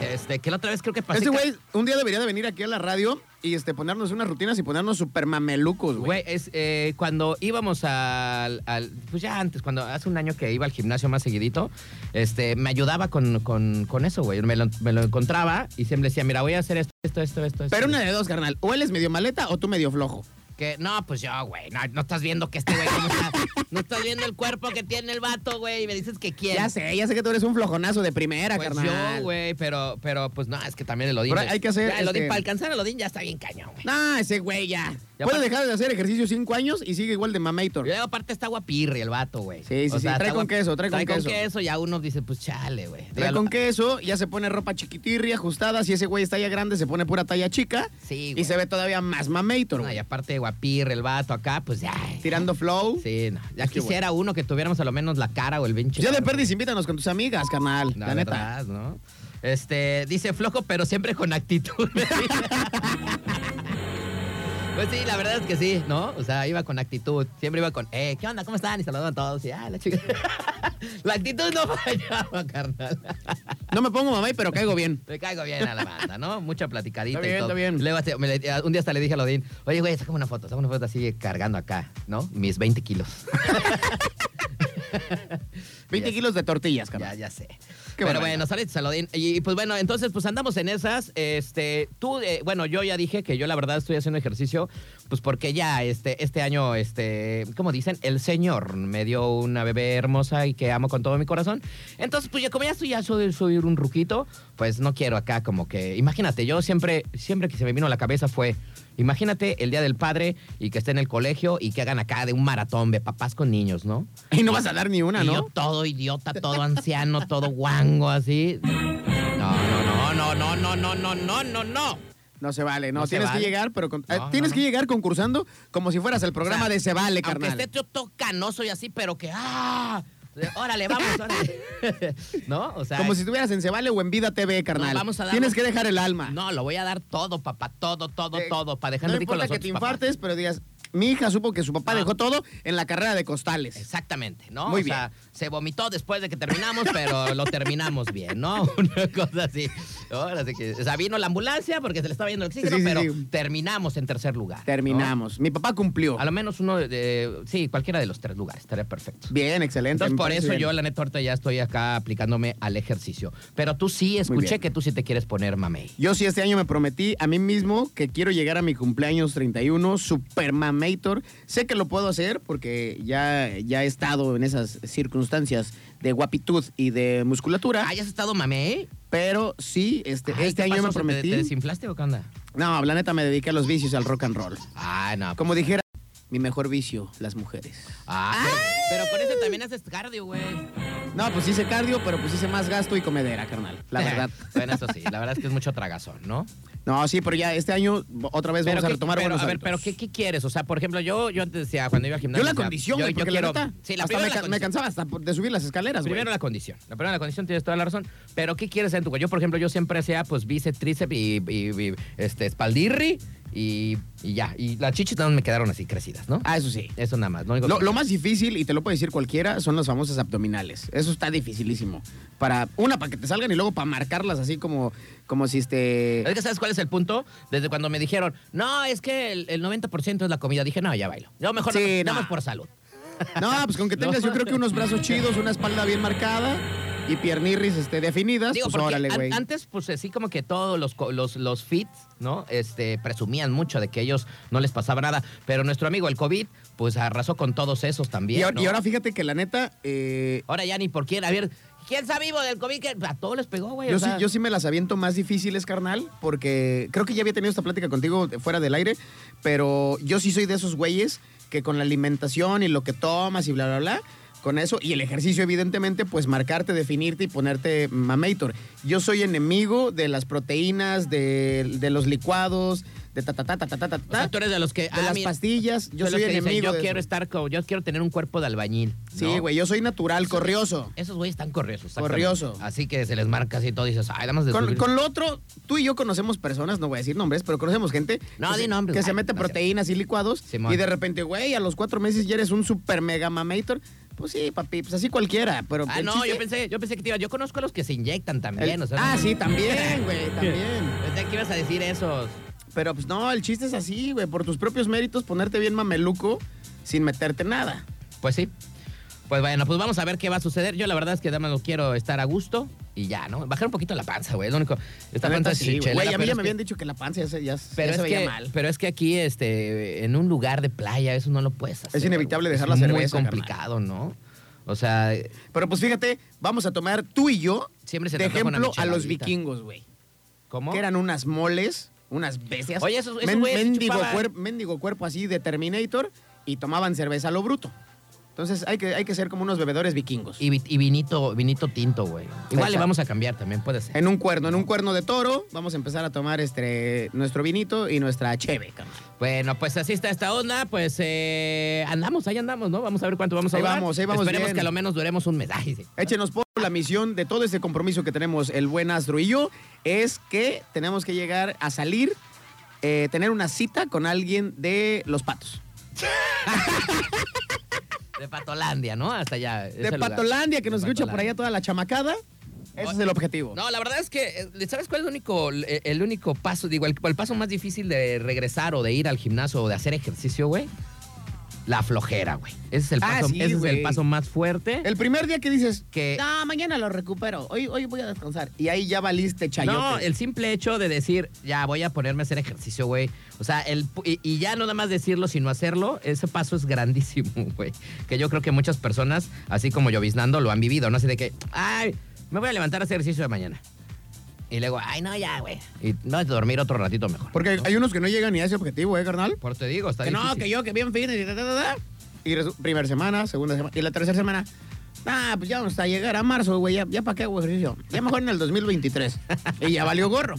[SPEAKER 6] Este, que la otra vez creo que pasé.
[SPEAKER 4] Ese güey un día debería de venir aquí a la radio y este, ponernos unas rutinas y ponernos super mamelucos, güey.
[SPEAKER 6] Güey, es eh, cuando íbamos al, al- Pues ya antes, cuando hace un año que iba al gimnasio más seguidito, este, me ayudaba con, con- con eso, güey. Me lo, me lo encontraba y siempre decía, mira, voy a hacer esto, esto, esto, esto. esto".
[SPEAKER 4] Pero una de dos, carnal. O él es medio maleta o tú medio flojo.
[SPEAKER 6] Que, no, pues yo, güey. No, no estás viendo que este güey cómo está. No estás viendo el cuerpo que tiene el vato, güey. Y me dices que quiere.
[SPEAKER 4] Ya sé, ya sé que tú eres un flojonazo de primera,
[SPEAKER 6] Pues
[SPEAKER 4] carnal.
[SPEAKER 6] yo, güey, pero, pero pues no, es que también el Odín.
[SPEAKER 4] Pero hay que hacer,
[SPEAKER 6] Ya, el Odín,
[SPEAKER 4] este-
[SPEAKER 6] para alcanzar al Odín ya está bien cañón, güey.
[SPEAKER 4] No, ese güey ya.
[SPEAKER 6] Ya
[SPEAKER 4] Puede
[SPEAKER 6] pa-
[SPEAKER 4] dejar de hacer ejercicio cinco años y sigue igual de mamator.
[SPEAKER 6] Y luego aparte está guapirri el vato, güey.
[SPEAKER 4] Sí, sí, sí, trae
[SPEAKER 6] está
[SPEAKER 4] con
[SPEAKER 6] guap-
[SPEAKER 4] queso, trae con queso.
[SPEAKER 6] ya uno dice, pues chale, güey.
[SPEAKER 4] Trae con queso, ya se pone ropa chiquitirri, ajustada. Si ese güey está ya grande, se pone pura talla chica.
[SPEAKER 6] Sí,
[SPEAKER 4] Y
[SPEAKER 6] güey.
[SPEAKER 4] se ve todavía más mamator.
[SPEAKER 6] No, y aparte guapirri el vato acá, pues ya.
[SPEAKER 4] Tirando flow.
[SPEAKER 6] Sí, no. Ya
[SPEAKER 4] Es que,
[SPEAKER 6] quisiera uno que tuviéramos a lo menos la cara o el pinche.
[SPEAKER 4] Ya de
[SPEAKER 6] carro,
[SPEAKER 4] perdis, invítanos con tus amigas, carnal.
[SPEAKER 6] La,
[SPEAKER 4] La, neta.
[SPEAKER 6] verdad, ¿no? Este, dice flojo, pero siempre con actitud. *laughs* pues sí, la verdad es que sí, ¿no? O sea, iba con actitud. Siempre iba con, eh, ¿qué onda? ¿Cómo están? Y saludaban a todos. Y, ah, la chica. *laughs* la actitud no *laughs* fallaba, carnal.
[SPEAKER 4] No me pongo mamey, pero caigo bien.
[SPEAKER 6] Me caigo bien a la banda, ¿no? Mucha platicadita
[SPEAKER 4] Está bien,
[SPEAKER 6] y todo.
[SPEAKER 4] está bien.
[SPEAKER 6] Luego, hasta- me le- un día hasta le dije a Lodín, oye, güey, saca una foto, saca una foto así cargando acá, ¿no? Mis 20 kilos.
[SPEAKER 4] 20
[SPEAKER 6] *laughs* Ya.
[SPEAKER 4] kilos de tortillas, carnal.
[SPEAKER 6] ya, ya sé.
[SPEAKER 4] Qué
[SPEAKER 6] Pero
[SPEAKER 4] barbaridad.
[SPEAKER 6] bueno, saludos a Lodín. Y, y, pues bueno, entonces pues andamos en esas. Este, tú, eh, bueno, yo ya dije que yo la verdad estoy haciendo ejercicio, pues porque ya este, este año, este, como dicen, el señor me dio una bebé hermosa y que amo con todo mi corazón. Entonces, pues yo como ya estoy, ya soy, soy un ruquito, pues no quiero acá como que, imagínate, yo siempre, siempre que se me vino a la cabeza fue, imagínate el Día del Padre y que esté en el colegio y que hagan acá de un maratón de papás con niños, ¿no?
[SPEAKER 4] Y no vas a dar ni una,
[SPEAKER 6] Y
[SPEAKER 4] ¿no?
[SPEAKER 6] yo todo idiota, todo anciano, todo guango, así. No, no, no, no, no, no, no, no, no, no.
[SPEAKER 4] No se vale, no.
[SPEAKER 6] No se
[SPEAKER 4] tienes
[SPEAKER 6] vale.
[SPEAKER 4] que llegar, pero con-
[SPEAKER 6] No,
[SPEAKER 4] eh, tienes
[SPEAKER 6] no,
[SPEAKER 4] que
[SPEAKER 6] no.
[SPEAKER 4] llegar concursando como si fueras el programa
[SPEAKER 6] O sea,
[SPEAKER 4] de Se Vale,
[SPEAKER 6] Aunque
[SPEAKER 4] carnal.
[SPEAKER 6] esté yo todo canoso y así, pero que ¡ah! Órale, vamos, órale. *laughs* ¿No? O sea,
[SPEAKER 4] Como si estuvieras en Se Vale o en Vida TV, carnal.
[SPEAKER 6] vamos a dar-
[SPEAKER 4] Tienes que dejar el alma.
[SPEAKER 6] no, lo voy a dar todo, papá, todo, todo,
[SPEAKER 4] Eh,
[SPEAKER 6] todo, para dejar
[SPEAKER 4] No
[SPEAKER 6] rico a
[SPEAKER 4] importa
[SPEAKER 6] los
[SPEAKER 4] que
[SPEAKER 6] otros
[SPEAKER 4] te
[SPEAKER 6] papás. Ah.
[SPEAKER 4] infartes, pero digas, mi hija supo que su papá
[SPEAKER 6] No.
[SPEAKER 4] dejó todo en la carrera de costales.
[SPEAKER 6] Exactamente, ¿no?
[SPEAKER 4] Muy
[SPEAKER 6] o sea, se vomitó después de que terminamos, pero lo terminamos bien, ¿no? *laughs* Una cosa así. ¿no? Así que, o sea, vino la ambulancia porque se le estaba viendo el oxígeno,
[SPEAKER 4] Sí, sí,
[SPEAKER 6] pero
[SPEAKER 4] sí.
[SPEAKER 6] terminamos en tercer lugar. ¿no?
[SPEAKER 4] Terminamos. Mi papá cumplió.
[SPEAKER 6] A lo menos uno de, de- sí, cualquiera de los tres lugares estaría perfecto.
[SPEAKER 4] Bien, excelente.
[SPEAKER 6] Entonces,
[SPEAKER 4] me
[SPEAKER 6] por
[SPEAKER 4] parece
[SPEAKER 6] eso
[SPEAKER 4] bien.
[SPEAKER 6] yo, la neta, ahorita ya estoy acá aplicándome al ejercicio. Pero tú sí, escuché
[SPEAKER 4] bien.
[SPEAKER 6] que tú sí te quieres poner mamey.
[SPEAKER 4] Yo sí este año me prometí a mí mismo que quiero llegar a mi cumpleaños 31, Supermamator. Sé que lo puedo hacer porque ya, ya he estado en esas circunstancias de guapitud y de musculatura.
[SPEAKER 6] ¿Hayas Ah, estado mamey?
[SPEAKER 4] Pero sí, este,
[SPEAKER 6] Ay,
[SPEAKER 4] este
[SPEAKER 6] ¿qué
[SPEAKER 4] año
[SPEAKER 6] pasó?
[SPEAKER 4] me
[SPEAKER 6] ¿Se te-
[SPEAKER 4] prometí.
[SPEAKER 6] ¿Te, desinflaste o qué onda?
[SPEAKER 4] No, la neta me dediqué a los vicios y al rock and roll.
[SPEAKER 6] Ah, no.
[SPEAKER 4] Como dijera, mi mejor vicio, las mujeres.
[SPEAKER 6] Ah, pero, pero con eso también haces cardio, güey.
[SPEAKER 4] No, pues hice cardio, pero pues hice más gasto y comedera, carnal.
[SPEAKER 6] *laughs*
[SPEAKER 4] La verdad.
[SPEAKER 6] bueno, eso sí, la verdad es que es mucho tragazón, ¿no?
[SPEAKER 4] No, sí, pero ya este año otra vez vamos a
[SPEAKER 6] qué-
[SPEAKER 4] retomar
[SPEAKER 6] pero,
[SPEAKER 4] buenos
[SPEAKER 6] a ver,
[SPEAKER 4] hábitos.
[SPEAKER 6] pero ¿qué, qué quieres? O sea, por ejemplo, yo, yo antes decía, cuando iba a gimnasio...
[SPEAKER 4] Yo la
[SPEAKER 6] decía,
[SPEAKER 4] condición,
[SPEAKER 6] yo-
[SPEAKER 4] güey,
[SPEAKER 6] yo
[SPEAKER 4] porque
[SPEAKER 6] quiero-
[SPEAKER 4] la neta,
[SPEAKER 6] Sí, la
[SPEAKER 4] hasta
[SPEAKER 6] primera
[SPEAKER 4] me,
[SPEAKER 6] la
[SPEAKER 4] ca- me
[SPEAKER 6] condición.
[SPEAKER 4] cansaba hasta por- de subir las escaleras, güey.
[SPEAKER 6] Primero la condición. La primera la condición tienes toda la razón. Pero ¿qué quieres en tu cuerpo? Yo, por ejemplo, yo siempre hacía pues bíceps, tríceps y, y- y, este, espaldirri y, y ya. Y las chichis nada más me quedaron así crecidas, ¿no?
[SPEAKER 4] Ah, eso sí.
[SPEAKER 6] Eso nada más. Lo, único
[SPEAKER 4] Lo,
[SPEAKER 6] que-
[SPEAKER 4] lo más difícil, y te lo puede decir cualquiera, son las famosas abdominales. Eso está dificilísimo. Para, una, para que te salgan y luego para marcarlas así como, como si este...
[SPEAKER 6] Es que ¿sabes cuál es el punto? Desde cuando me dijeron, no, es que el, el 90% es la comida. Dije, no, ya bailo. Yo mejor
[SPEAKER 4] Sí,
[SPEAKER 6] nada-
[SPEAKER 4] no.
[SPEAKER 6] nada más por salud.
[SPEAKER 4] No, pues
[SPEAKER 6] *laughs*
[SPEAKER 4] con que tengas yo creo que unos brazos chidos, una espalda bien marcada y piernirris este, definidas,
[SPEAKER 6] Digo,
[SPEAKER 4] pues
[SPEAKER 6] porque
[SPEAKER 4] órale,
[SPEAKER 6] an-
[SPEAKER 4] güey.
[SPEAKER 6] antes, pues así como que todos los, co- los, los fit, ¿no? Este, presumían mucho de que ellos no les pasaba nada. Pero nuestro amigo, el COVID, pues arrasó con todos esos también.
[SPEAKER 4] Y, ahora-
[SPEAKER 6] ¿no?
[SPEAKER 4] y ahora fíjate que la neta, eh,
[SPEAKER 6] Ahora ya ni por quién. A ver, ¿quién está vivo del COVID? Que a todos les pegó, güey.
[SPEAKER 4] Yo
[SPEAKER 6] o
[SPEAKER 4] sí,
[SPEAKER 6] sea.
[SPEAKER 4] yo sí me las aviento más difíciles, carnal, porque creo que ya había tenido esta plática contigo fuera del aire, pero yo sí soy de esos güeyes que con la alimentación y lo que tomas y bla, bla, bla, con eso, y el ejercicio, evidentemente, pues marcarte, definirte y ponerte mamator. Yo soy enemigo de las proteínas, de, de los licuados, de ta, ta, ta, ta, ta, ta, ta,
[SPEAKER 6] O sea, tú eres de los que. ah,
[SPEAKER 4] de las pastillas. Yo soy enemigo.
[SPEAKER 6] yo
[SPEAKER 4] de
[SPEAKER 6] quiero
[SPEAKER 4] eso.
[SPEAKER 6] estar como. Yo quiero tener un cuerpo de albañil.
[SPEAKER 4] Sí,
[SPEAKER 6] ¿no?
[SPEAKER 4] güey, yo soy natural,
[SPEAKER 6] Eso-
[SPEAKER 4] corrioso.
[SPEAKER 6] Esos güeyes están corriosos. exactamente.
[SPEAKER 4] Corrioso.
[SPEAKER 6] Así que se les marca así y todo. Dices, ay, damos de
[SPEAKER 4] Con,
[SPEAKER 6] subir".
[SPEAKER 4] con lo otro, tú y yo conocemos personas, no voy a decir nombres, pero conocemos gente
[SPEAKER 6] No,
[SPEAKER 4] que,
[SPEAKER 6] di
[SPEAKER 4] se-
[SPEAKER 6] nombres,
[SPEAKER 4] que se
[SPEAKER 6] ay,
[SPEAKER 4] mete
[SPEAKER 6] no sé.
[SPEAKER 4] proteínas y licuados
[SPEAKER 6] Simón.
[SPEAKER 4] y de repente, güey, a los cuatro meses ya eres un super mega mamator. Pues sí, papi, pues así cualquiera, pero...
[SPEAKER 6] Ah,
[SPEAKER 4] el
[SPEAKER 6] no,
[SPEAKER 4] chiste-
[SPEAKER 6] yo pensé, yo pensé que te iba. Yo conozco a los que se inyectan
[SPEAKER 4] el-
[SPEAKER 6] también. o sea,
[SPEAKER 4] ah,
[SPEAKER 6] no-
[SPEAKER 4] sí, también,
[SPEAKER 6] *laughs*
[SPEAKER 4] güey, también.
[SPEAKER 6] Pensé que ibas a decir esos.
[SPEAKER 4] Pero pues no, el chiste es así, güey, por tus propios méritos ponerte bien mameluco sin meterte nada.
[SPEAKER 6] Pues sí. Pues bueno, pues vamos a ver qué va a suceder. Yo la verdad es que nada más lo quiero estar a gusto y ya, ¿no? Bajar un poquito la panza, güey. Es lo único. Esta
[SPEAKER 4] La neta,
[SPEAKER 6] panza
[SPEAKER 4] sí,
[SPEAKER 6] sí,
[SPEAKER 4] güey.
[SPEAKER 6] chelera,
[SPEAKER 4] Güey, a
[SPEAKER 6] pero
[SPEAKER 4] mí ya
[SPEAKER 6] es
[SPEAKER 4] me
[SPEAKER 6] que-
[SPEAKER 4] habían dicho que la panza ya se, ya, ya
[SPEAKER 6] Pero,
[SPEAKER 4] se
[SPEAKER 6] es
[SPEAKER 4] veía
[SPEAKER 6] que,
[SPEAKER 4] mal.
[SPEAKER 6] pero es que aquí, este, en un lugar de playa, eso no lo puedes hacer.
[SPEAKER 4] inevitable
[SPEAKER 6] güey.
[SPEAKER 4] dejar la
[SPEAKER 6] Es
[SPEAKER 4] cerveza,
[SPEAKER 6] Muy
[SPEAKER 4] carnal.
[SPEAKER 6] complicado, ¿no? O sea,
[SPEAKER 4] Pero pues fíjate, vamos a tomar tú y yo
[SPEAKER 6] Siempre se
[SPEAKER 4] de
[SPEAKER 6] te antoja una
[SPEAKER 4] ejemplo a los
[SPEAKER 6] micheladita.
[SPEAKER 4] vikingos, güey.
[SPEAKER 6] ¿cómo?
[SPEAKER 4] que eran unas moles, unas bestias.
[SPEAKER 6] Oye, esos- esos
[SPEAKER 4] Men-
[SPEAKER 6] güeyes se
[SPEAKER 4] mendigo,
[SPEAKER 6] chupaban.
[SPEAKER 4] cuer- mendigo cuerpo así de Terminator y tomaban cerveza a lo bruto. Entonces hay que, hay que ser como unos bebedores vikingos.
[SPEAKER 6] Y, vi- y vinito, vinito tinto, güey. Igual le
[SPEAKER 4] Exacto.
[SPEAKER 6] vamos a cambiar también, puede ser.
[SPEAKER 4] en un cuerno, en un cuerno de toro, vamos a empezar a tomar este nuestro vinito y nuestra cheve, carnal.
[SPEAKER 6] Bueno, pues así está esta onda, pues eh, andamos, ahí andamos, ¿no? Vamos a ver cuánto vamos a
[SPEAKER 4] Ahí
[SPEAKER 6] durar.
[SPEAKER 4] vamos, ahí vamos
[SPEAKER 6] Esperemos
[SPEAKER 4] bien.
[SPEAKER 6] que a lo menos duremos un mes. *laughs* Ay, sí.
[SPEAKER 4] Échenos por la misión de todo este compromiso que tenemos el buen Astro y yo, es que tenemos que llegar a salir, eh, tener una cita con alguien de Los Patos.
[SPEAKER 6] De Patolandia, ¿no? Hasta allá. ese
[SPEAKER 4] de
[SPEAKER 6] lugar.
[SPEAKER 4] Patolandia, que nos
[SPEAKER 6] De
[SPEAKER 4] escucha por allá
[SPEAKER 6] Patolandia.
[SPEAKER 4] toda la chamacada. Ese es el objetivo.
[SPEAKER 6] No, la verdad es que, eh, ¿sabes cuál es el único, eh, el único paso? Digo, el, el paso más difícil de regresar o de ir al gimnasio o de hacer ejercicio, güey. La flojera, güey. Ese es el
[SPEAKER 4] Ah,
[SPEAKER 6] paso,
[SPEAKER 4] sí,
[SPEAKER 6] ese es
[SPEAKER 4] güey.
[SPEAKER 6] el paso más fuerte.
[SPEAKER 4] El primer día que dices,
[SPEAKER 6] Que-
[SPEAKER 4] no, mañana lo recupero, hoy, hoy voy a descansar. Y ahí ya valiste chayote.
[SPEAKER 6] no, el simple hecho de decir, ya voy a ponerme a hacer ejercicio, güey. O sea, el, pu- y, y ya no nada más decirlo, sino hacerlo, ese paso es grandísimo, *laughs* güey. Que yo creo que muchas personas, así como lloviznando, lo han vivido, ¿no? Así de que, ay, me voy a levantar a hacer ejercicio de mañana. Y luego, ay, no, ya, güey. Y no, dormir otro ratito mejor.
[SPEAKER 4] Porque hay,
[SPEAKER 6] ¿no?
[SPEAKER 4] hay unos que no llegan ni a ese objetivo, ¿eh, carnal?
[SPEAKER 6] Por te digo, está
[SPEAKER 4] Que no,
[SPEAKER 6] difícil.
[SPEAKER 4] que yo, que bien fitness y ta, ta, ta, ta. Y resu- primera semana, segunda semana, y la tercera semana. Ah, pues ya vamos a llegar a marzo, güey. Ya, ya para qué hago ejercicio. Ya mejor en el 2023. y ya valió gorro.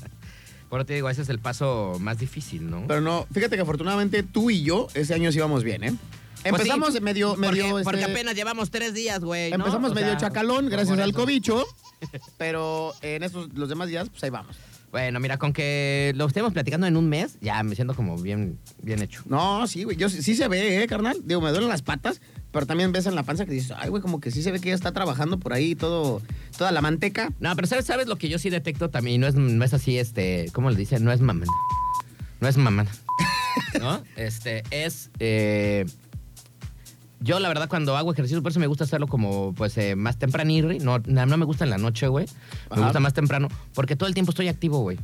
[SPEAKER 6] Por te digo, ese es el paso más difícil, ¿no?
[SPEAKER 4] Pero no, fíjate que afortunadamente tú y yo ese año sí íbamos bien, ¿eh?
[SPEAKER 6] Pues sí,
[SPEAKER 4] Empezamos medio,
[SPEAKER 6] porque-
[SPEAKER 4] medio.
[SPEAKER 6] Porque,
[SPEAKER 4] este,
[SPEAKER 6] apenas llevamos tres días, güey. ¿no?
[SPEAKER 4] Empezamos
[SPEAKER 6] O
[SPEAKER 4] medio
[SPEAKER 6] sea,
[SPEAKER 4] chacalón, gracias
[SPEAKER 6] por
[SPEAKER 4] al
[SPEAKER 6] eso. *laughs*
[SPEAKER 4] cobicho. Pero en estos, los demás días, pues ahí vamos.
[SPEAKER 6] Bueno, mira, con que lo estemos platicando en un mes, ya me siento como bien, bien hecho.
[SPEAKER 4] No, sí, güey. Yo sí, sí se ve, ¿eh, carnal? Digo, me duelen las patas, pero también ves en la panza que dices, ay, güey, como que sí se ve que ya está trabajando por ahí todo, toda la manteca.
[SPEAKER 6] No, pero ¿sabes, sabes lo que yo sí detecto también? Y no es, no es así, este, ¿cómo le dicen? No es mamá. No
[SPEAKER 4] *laughs*
[SPEAKER 6] es mamá. ¿No? Este, es... eh, yo, la verdad, cuando hago ejercicio, por eso me gusta hacerlo como, pues, eh, más tempranirri. No, no no me gusta en la noche, güey. Me
[SPEAKER 4] Ajá.
[SPEAKER 6] gusta más temprano. Porque todo el tiempo estoy activo, güey.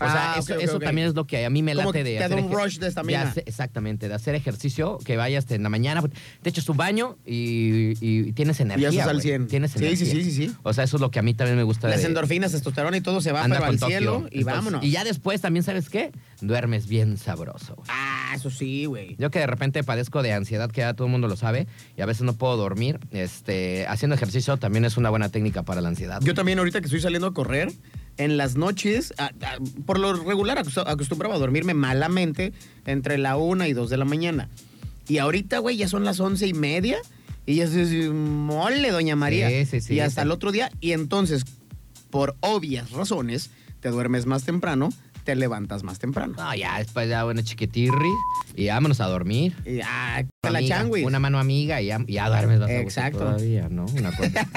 [SPEAKER 6] O sea,
[SPEAKER 4] Ah,
[SPEAKER 6] eso,
[SPEAKER 4] ok, ok,
[SPEAKER 6] eso
[SPEAKER 4] ok.
[SPEAKER 6] también es lo que a mí me
[SPEAKER 4] Como
[SPEAKER 6] late
[SPEAKER 4] que
[SPEAKER 6] de
[SPEAKER 4] te da
[SPEAKER 6] hacer
[SPEAKER 4] un
[SPEAKER 6] ejer-
[SPEAKER 4] rush de estamina.
[SPEAKER 6] hace- exactamente, de hacer ejercicio, que vayas en la mañana, pues, te echas un baño y, y- y tienes energía.
[SPEAKER 4] estás al
[SPEAKER 6] güey.
[SPEAKER 4] 100.
[SPEAKER 6] Tienes
[SPEAKER 4] Sí,
[SPEAKER 6] energía.
[SPEAKER 4] sí, sí, sí, sí.
[SPEAKER 6] O sea, eso es lo que a mí también me gusta.
[SPEAKER 4] Las
[SPEAKER 6] de-
[SPEAKER 4] endorfinas, testosterona y todo se va
[SPEAKER 6] andar
[SPEAKER 4] para
[SPEAKER 6] con
[SPEAKER 4] el
[SPEAKER 6] Tokio.
[SPEAKER 4] cielo y
[SPEAKER 6] Entonces,
[SPEAKER 4] vámonos.
[SPEAKER 6] Y ya después también, ¿sabes qué? Duermes bien sabroso. güey.
[SPEAKER 4] Ah, eso sí, güey.
[SPEAKER 6] Yo que de repente padezco de ansiedad, que ya todo el mundo lo sabe, y a veces no puedo dormir. Este, haciendo ejercicio también es una buena técnica para la ansiedad.
[SPEAKER 4] Yo también ahorita que estoy saliendo a correr, en las noches, a- a- por lo regular acostu- acostumbraba a dormirme malamente entre la una y dos de la mañana. Y ahorita, güey, ya son las once y media y ya es mole, doña María.
[SPEAKER 6] Sí, sí, sí,
[SPEAKER 4] y hasta
[SPEAKER 6] sí.
[SPEAKER 4] el otro día. Y entonces, por obvias razones, te duermes más temprano, te levantas más temprano.
[SPEAKER 6] No, ya, después ya, bueno, chiquitirri, y vámonos a dormir.
[SPEAKER 4] Y, ah, te
[SPEAKER 6] Una
[SPEAKER 4] la
[SPEAKER 6] amiga,
[SPEAKER 4] changuis.
[SPEAKER 6] Una mano amiga y ya, y ya duermes más a gusto
[SPEAKER 4] Exacto.
[SPEAKER 6] Todavía, ¿no? Una
[SPEAKER 4] *laughs*
[SPEAKER 6] cosa.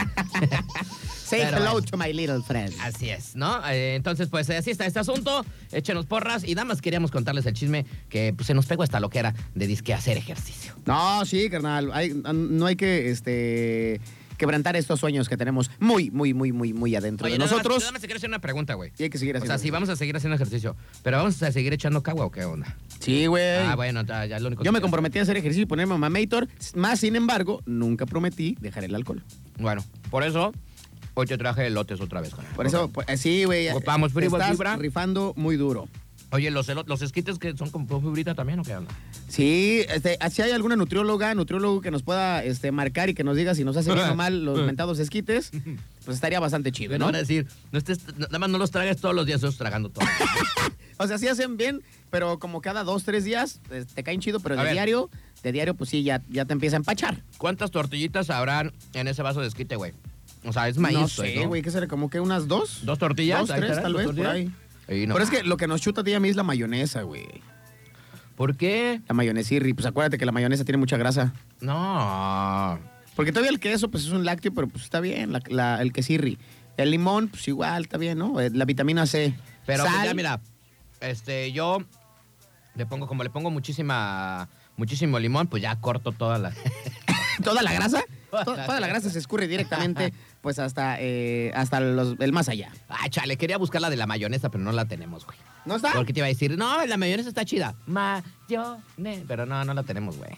[SPEAKER 4] Say
[SPEAKER 6] Pero
[SPEAKER 4] hello
[SPEAKER 6] bueno.
[SPEAKER 4] to my little friend.
[SPEAKER 6] Así es, ¿no? Eh, entonces, pues así está este asunto. Échenos porras. Y nada más queríamos contarles el chisme que pues, se nos pegó esta loquera de disque hacer ejercicio.
[SPEAKER 4] No, sí, carnal. Hay- no hay que este, quebrantar estos sueños que tenemos muy, muy, muy, muy, muy adentro
[SPEAKER 6] Oye,
[SPEAKER 4] de
[SPEAKER 6] nada más-
[SPEAKER 4] nosotros.
[SPEAKER 6] Nada más te quiero hacer una pregunta, güey.
[SPEAKER 4] y hay que seguir
[SPEAKER 6] O
[SPEAKER 4] haciendo.
[SPEAKER 6] sea, sí, vamos a seguir haciendo ejercicio. Pero vamos a seguir echando cagua o qué onda.
[SPEAKER 4] Sí, güey.
[SPEAKER 6] Ah, bueno, ya, ya es lo único.
[SPEAKER 4] Yo
[SPEAKER 6] que
[SPEAKER 4] me
[SPEAKER 6] quiero.
[SPEAKER 4] comprometí a hacer ejercicio y ponerme mamator. Más, sin embargo, nunca prometí dejar el alcohol.
[SPEAKER 6] Bueno, por eso hoy te traje elotes otra vez, carnal.
[SPEAKER 4] Por eso, pues, sí, güey.
[SPEAKER 6] Ocupamos
[SPEAKER 4] te
[SPEAKER 6] fibra,
[SPEAKER 4] estás
[SPEAKER 6] fibra.
[SPEAKER 4] rifando muy duro.
[SPEAKER 6] Oye, los, elo- los esquites que son con fibrita también o qué onda.
[SPEAKER 4] Sí, este, si hay alguna nutrióloga, nutriólogo que nos pueda este, marcar y que nos diga si nos hace bien o
[SPEAKER 6] *laughs*
[SPEAKER 4] mal los mentados esquites, pues estaría bastante chido,
[SPEAKER 6] Bueno,
[SPEAKER 4] ¿no?
[SPEAKER 6] van a decir, no estés, nada más no los tragues todos los días, estás tragando
[SPEAKER 4] *laughs*
[SPEAKER 6] todo.
[SPEAKER 4] O sea, sí hacen bien, pero como cada dos, tres días eh, te caen chido, pero
[SPEAKER 6] A
[SPEAKER 4] de
[SPEAKER 6] ver.
[SPEAKER 4] diario, de diario, pues sí, ya, ya te empieza a empachar.
[SPEAKER 6] ¿Cuántas tortillitas habrán en ese vaso de esquite, güey? O sea, es maíz.
[SPEAKER 4] no sé, güey, ¿qué será? ¿Como que unas dos?
[SPEAKER 6] ¿Dos tortillas?
[SPEAKER 4] Dos,
[SPEAKER 6] Ahí
[SPEAKER 4] tres,
[SPEAKER 6] estarán,
[SPEAKER 4] tal
[SPEAKER 6] dos
[SPEAKER 4] vez, por ahí.
[SPEAKER 6] tortillas. Y no
[SPEAKER 4] pero es
[SPEAKER 6] más.
[SPEAKER 4] que lo que nos chuta a ti y a mí es la mayonesa, güey.
[SPEAKER 6] ¿Por qué?
[SPEAKER 4] La mayonesirri. Pues acuérdate que la mayonesa tiene mucha grasa.
[SPEAKER 6] No.
[SPEAKER 4] Porque todavía el queso, pues es un lácteo, pero pues está bien, la, la- el quesirri. El limón, pues igual, está bien, ¿no? Eh, La vitamina C.
[SPEAKER 6] Pero pues,
[SPEAKER 4] Sal,
[SPEAKER 6] ya, mira, este, yo le pongo, como le pongo muchísima, muchísimo limón, pues ya corto toda la... *laughs*
[SPEAKER 4] Toda la grasa. to-
[SPEAKER 6] Toda
[SPEAKER 4] Toda, la
[SPEAKER 6] la
[SPEAKER 4] grasa se escurre directamente, pues hasta, eh, hasta los- el más allá.
[SPEAKER 6] Ah, chale, quería buscar la de la mayonesa, pero no la tenemos, güey.
[SPEAKER 4] ¿No está?
[SPEAKER 6] Porque te iba a decir, no, la mayonesa está chida. Mayonesa. Pero no, no la tenemos, güey.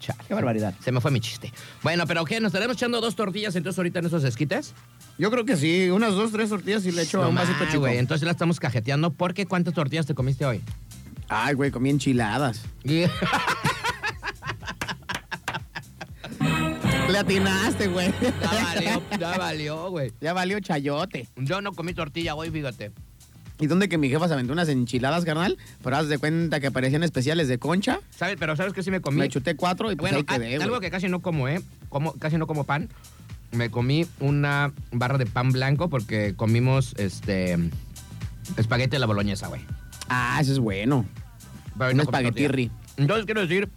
[SPEAKER 6] Chale.
[SPEAKER 4] Qué barbaridad.
[SPEAKER 6] Se me fue mi chiste. Bueno, pero ¿qué? ¿Nos estaremos echando dos tortillas entonces ahorita en esos esquites?
[SPEAKER 4] Yo creo que sí, unas dos, tres tortillas y le echo a
[SPEAKER 6] No
[SPEAKER 4] un vasito
[SPEAKER 6] ma,
[SPEAKER 4] chico.
[SPEAKER 6] güey, entonces la estamos cajeteando porque ¿cuántas tortillas te
[SPEAKER 4] *laughs*
[SPEAKER 6] comiste hoy?
[SPEAKER 4] Ay, güey, comí enchiladas.
[SPEAKER 6] *laughs*
[SPEAKER 4] Le atinaste, güey.
[SPEAKER 6] ya valió, ya valió, güey.
[SPEAKER 4] *laughs* Ya valió chayote.
[SPEAKER 6] Yo no comí tortilla hoy, fíjate.
[SPEAKER 4] ¿Y dónde que mi jefa se aventó unas enchiladas, carnal? Pero haz de cuenta que parecían especiales de concha.
[SPEAKER 6] ¿Sabes? Pero ¿sabes qué sí me comí?
[SPEAKER 4] Me chuté cuatro y pues
[SPEAKER 6] bueno,
[SPEAKER 4] ahí quedé,
[SPEAKER 6] a-
[SPEAKER 4] güey.
[SPEAKER 6] algo que casi no como, ¿eh? Como, casi no como pan. Me comí una barra de pan blanco porque comimos este espagueti a la boloñesa, güey.
[SPEAKER 4] Ah, eso es bueno.
[SPEAKER 6] Pero hoy
[SPEAKER 4] Un
[SPEAKER 6] no comí
[SPEAKER 4] espaguetirri.
[SPEAKER 6] tortilla. Entonces quiero decir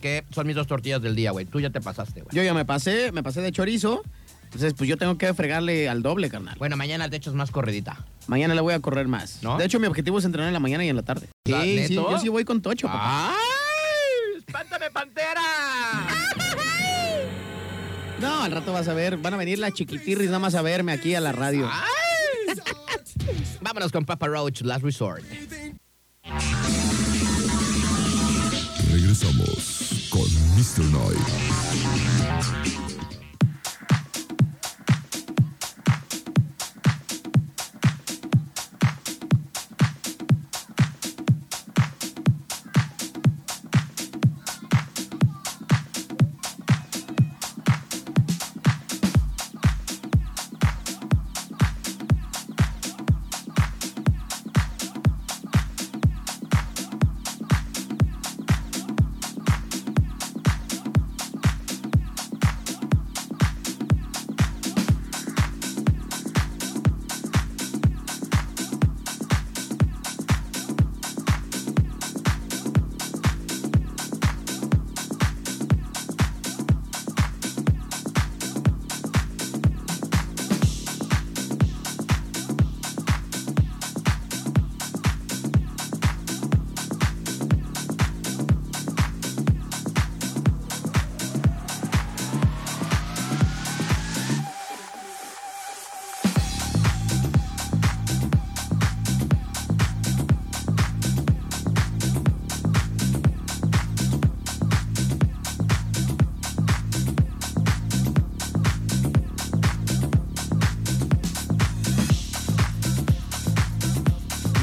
[SPEAKER 6] que son mis dos tortillas del día, güey. Tú ya te pasaste, güey.
[SPEAKER 4] Yo ya me pasé, me pasé de chorizo. Entonces, pues yo tengo que fregarle al doble, carnal.
[SPEAKER 6] Bueno, mañana de hecho es más corridita.
[SPEAKER 4] Mañana le voy a correr más.
[SPEAKER 6] ¿No?
[SPEAKER 4] De hecho, mi objetivo es entrenar en la mañana y en la tarde.
[SPEAKER 6] ¿La-
[SPEAKER 4] Sí, sí,
[SPEAKER 6] neto?
[SPEAKER 4] yo sí voy con tocho, papá.
[SPEAKER 6] ¡Ay! ¡Espántame, pantera!
[SPEAKER 4] *laughs* No, al rato vas a ver, van a venir las chiquitirris nada más a verme aquí a la radio.
[SPEAKER 6] Ah, ¡Ay! Vámonos con Papa Roach, Last Resort.
[SPEAKER 3] Regresamos con Mr. Knight.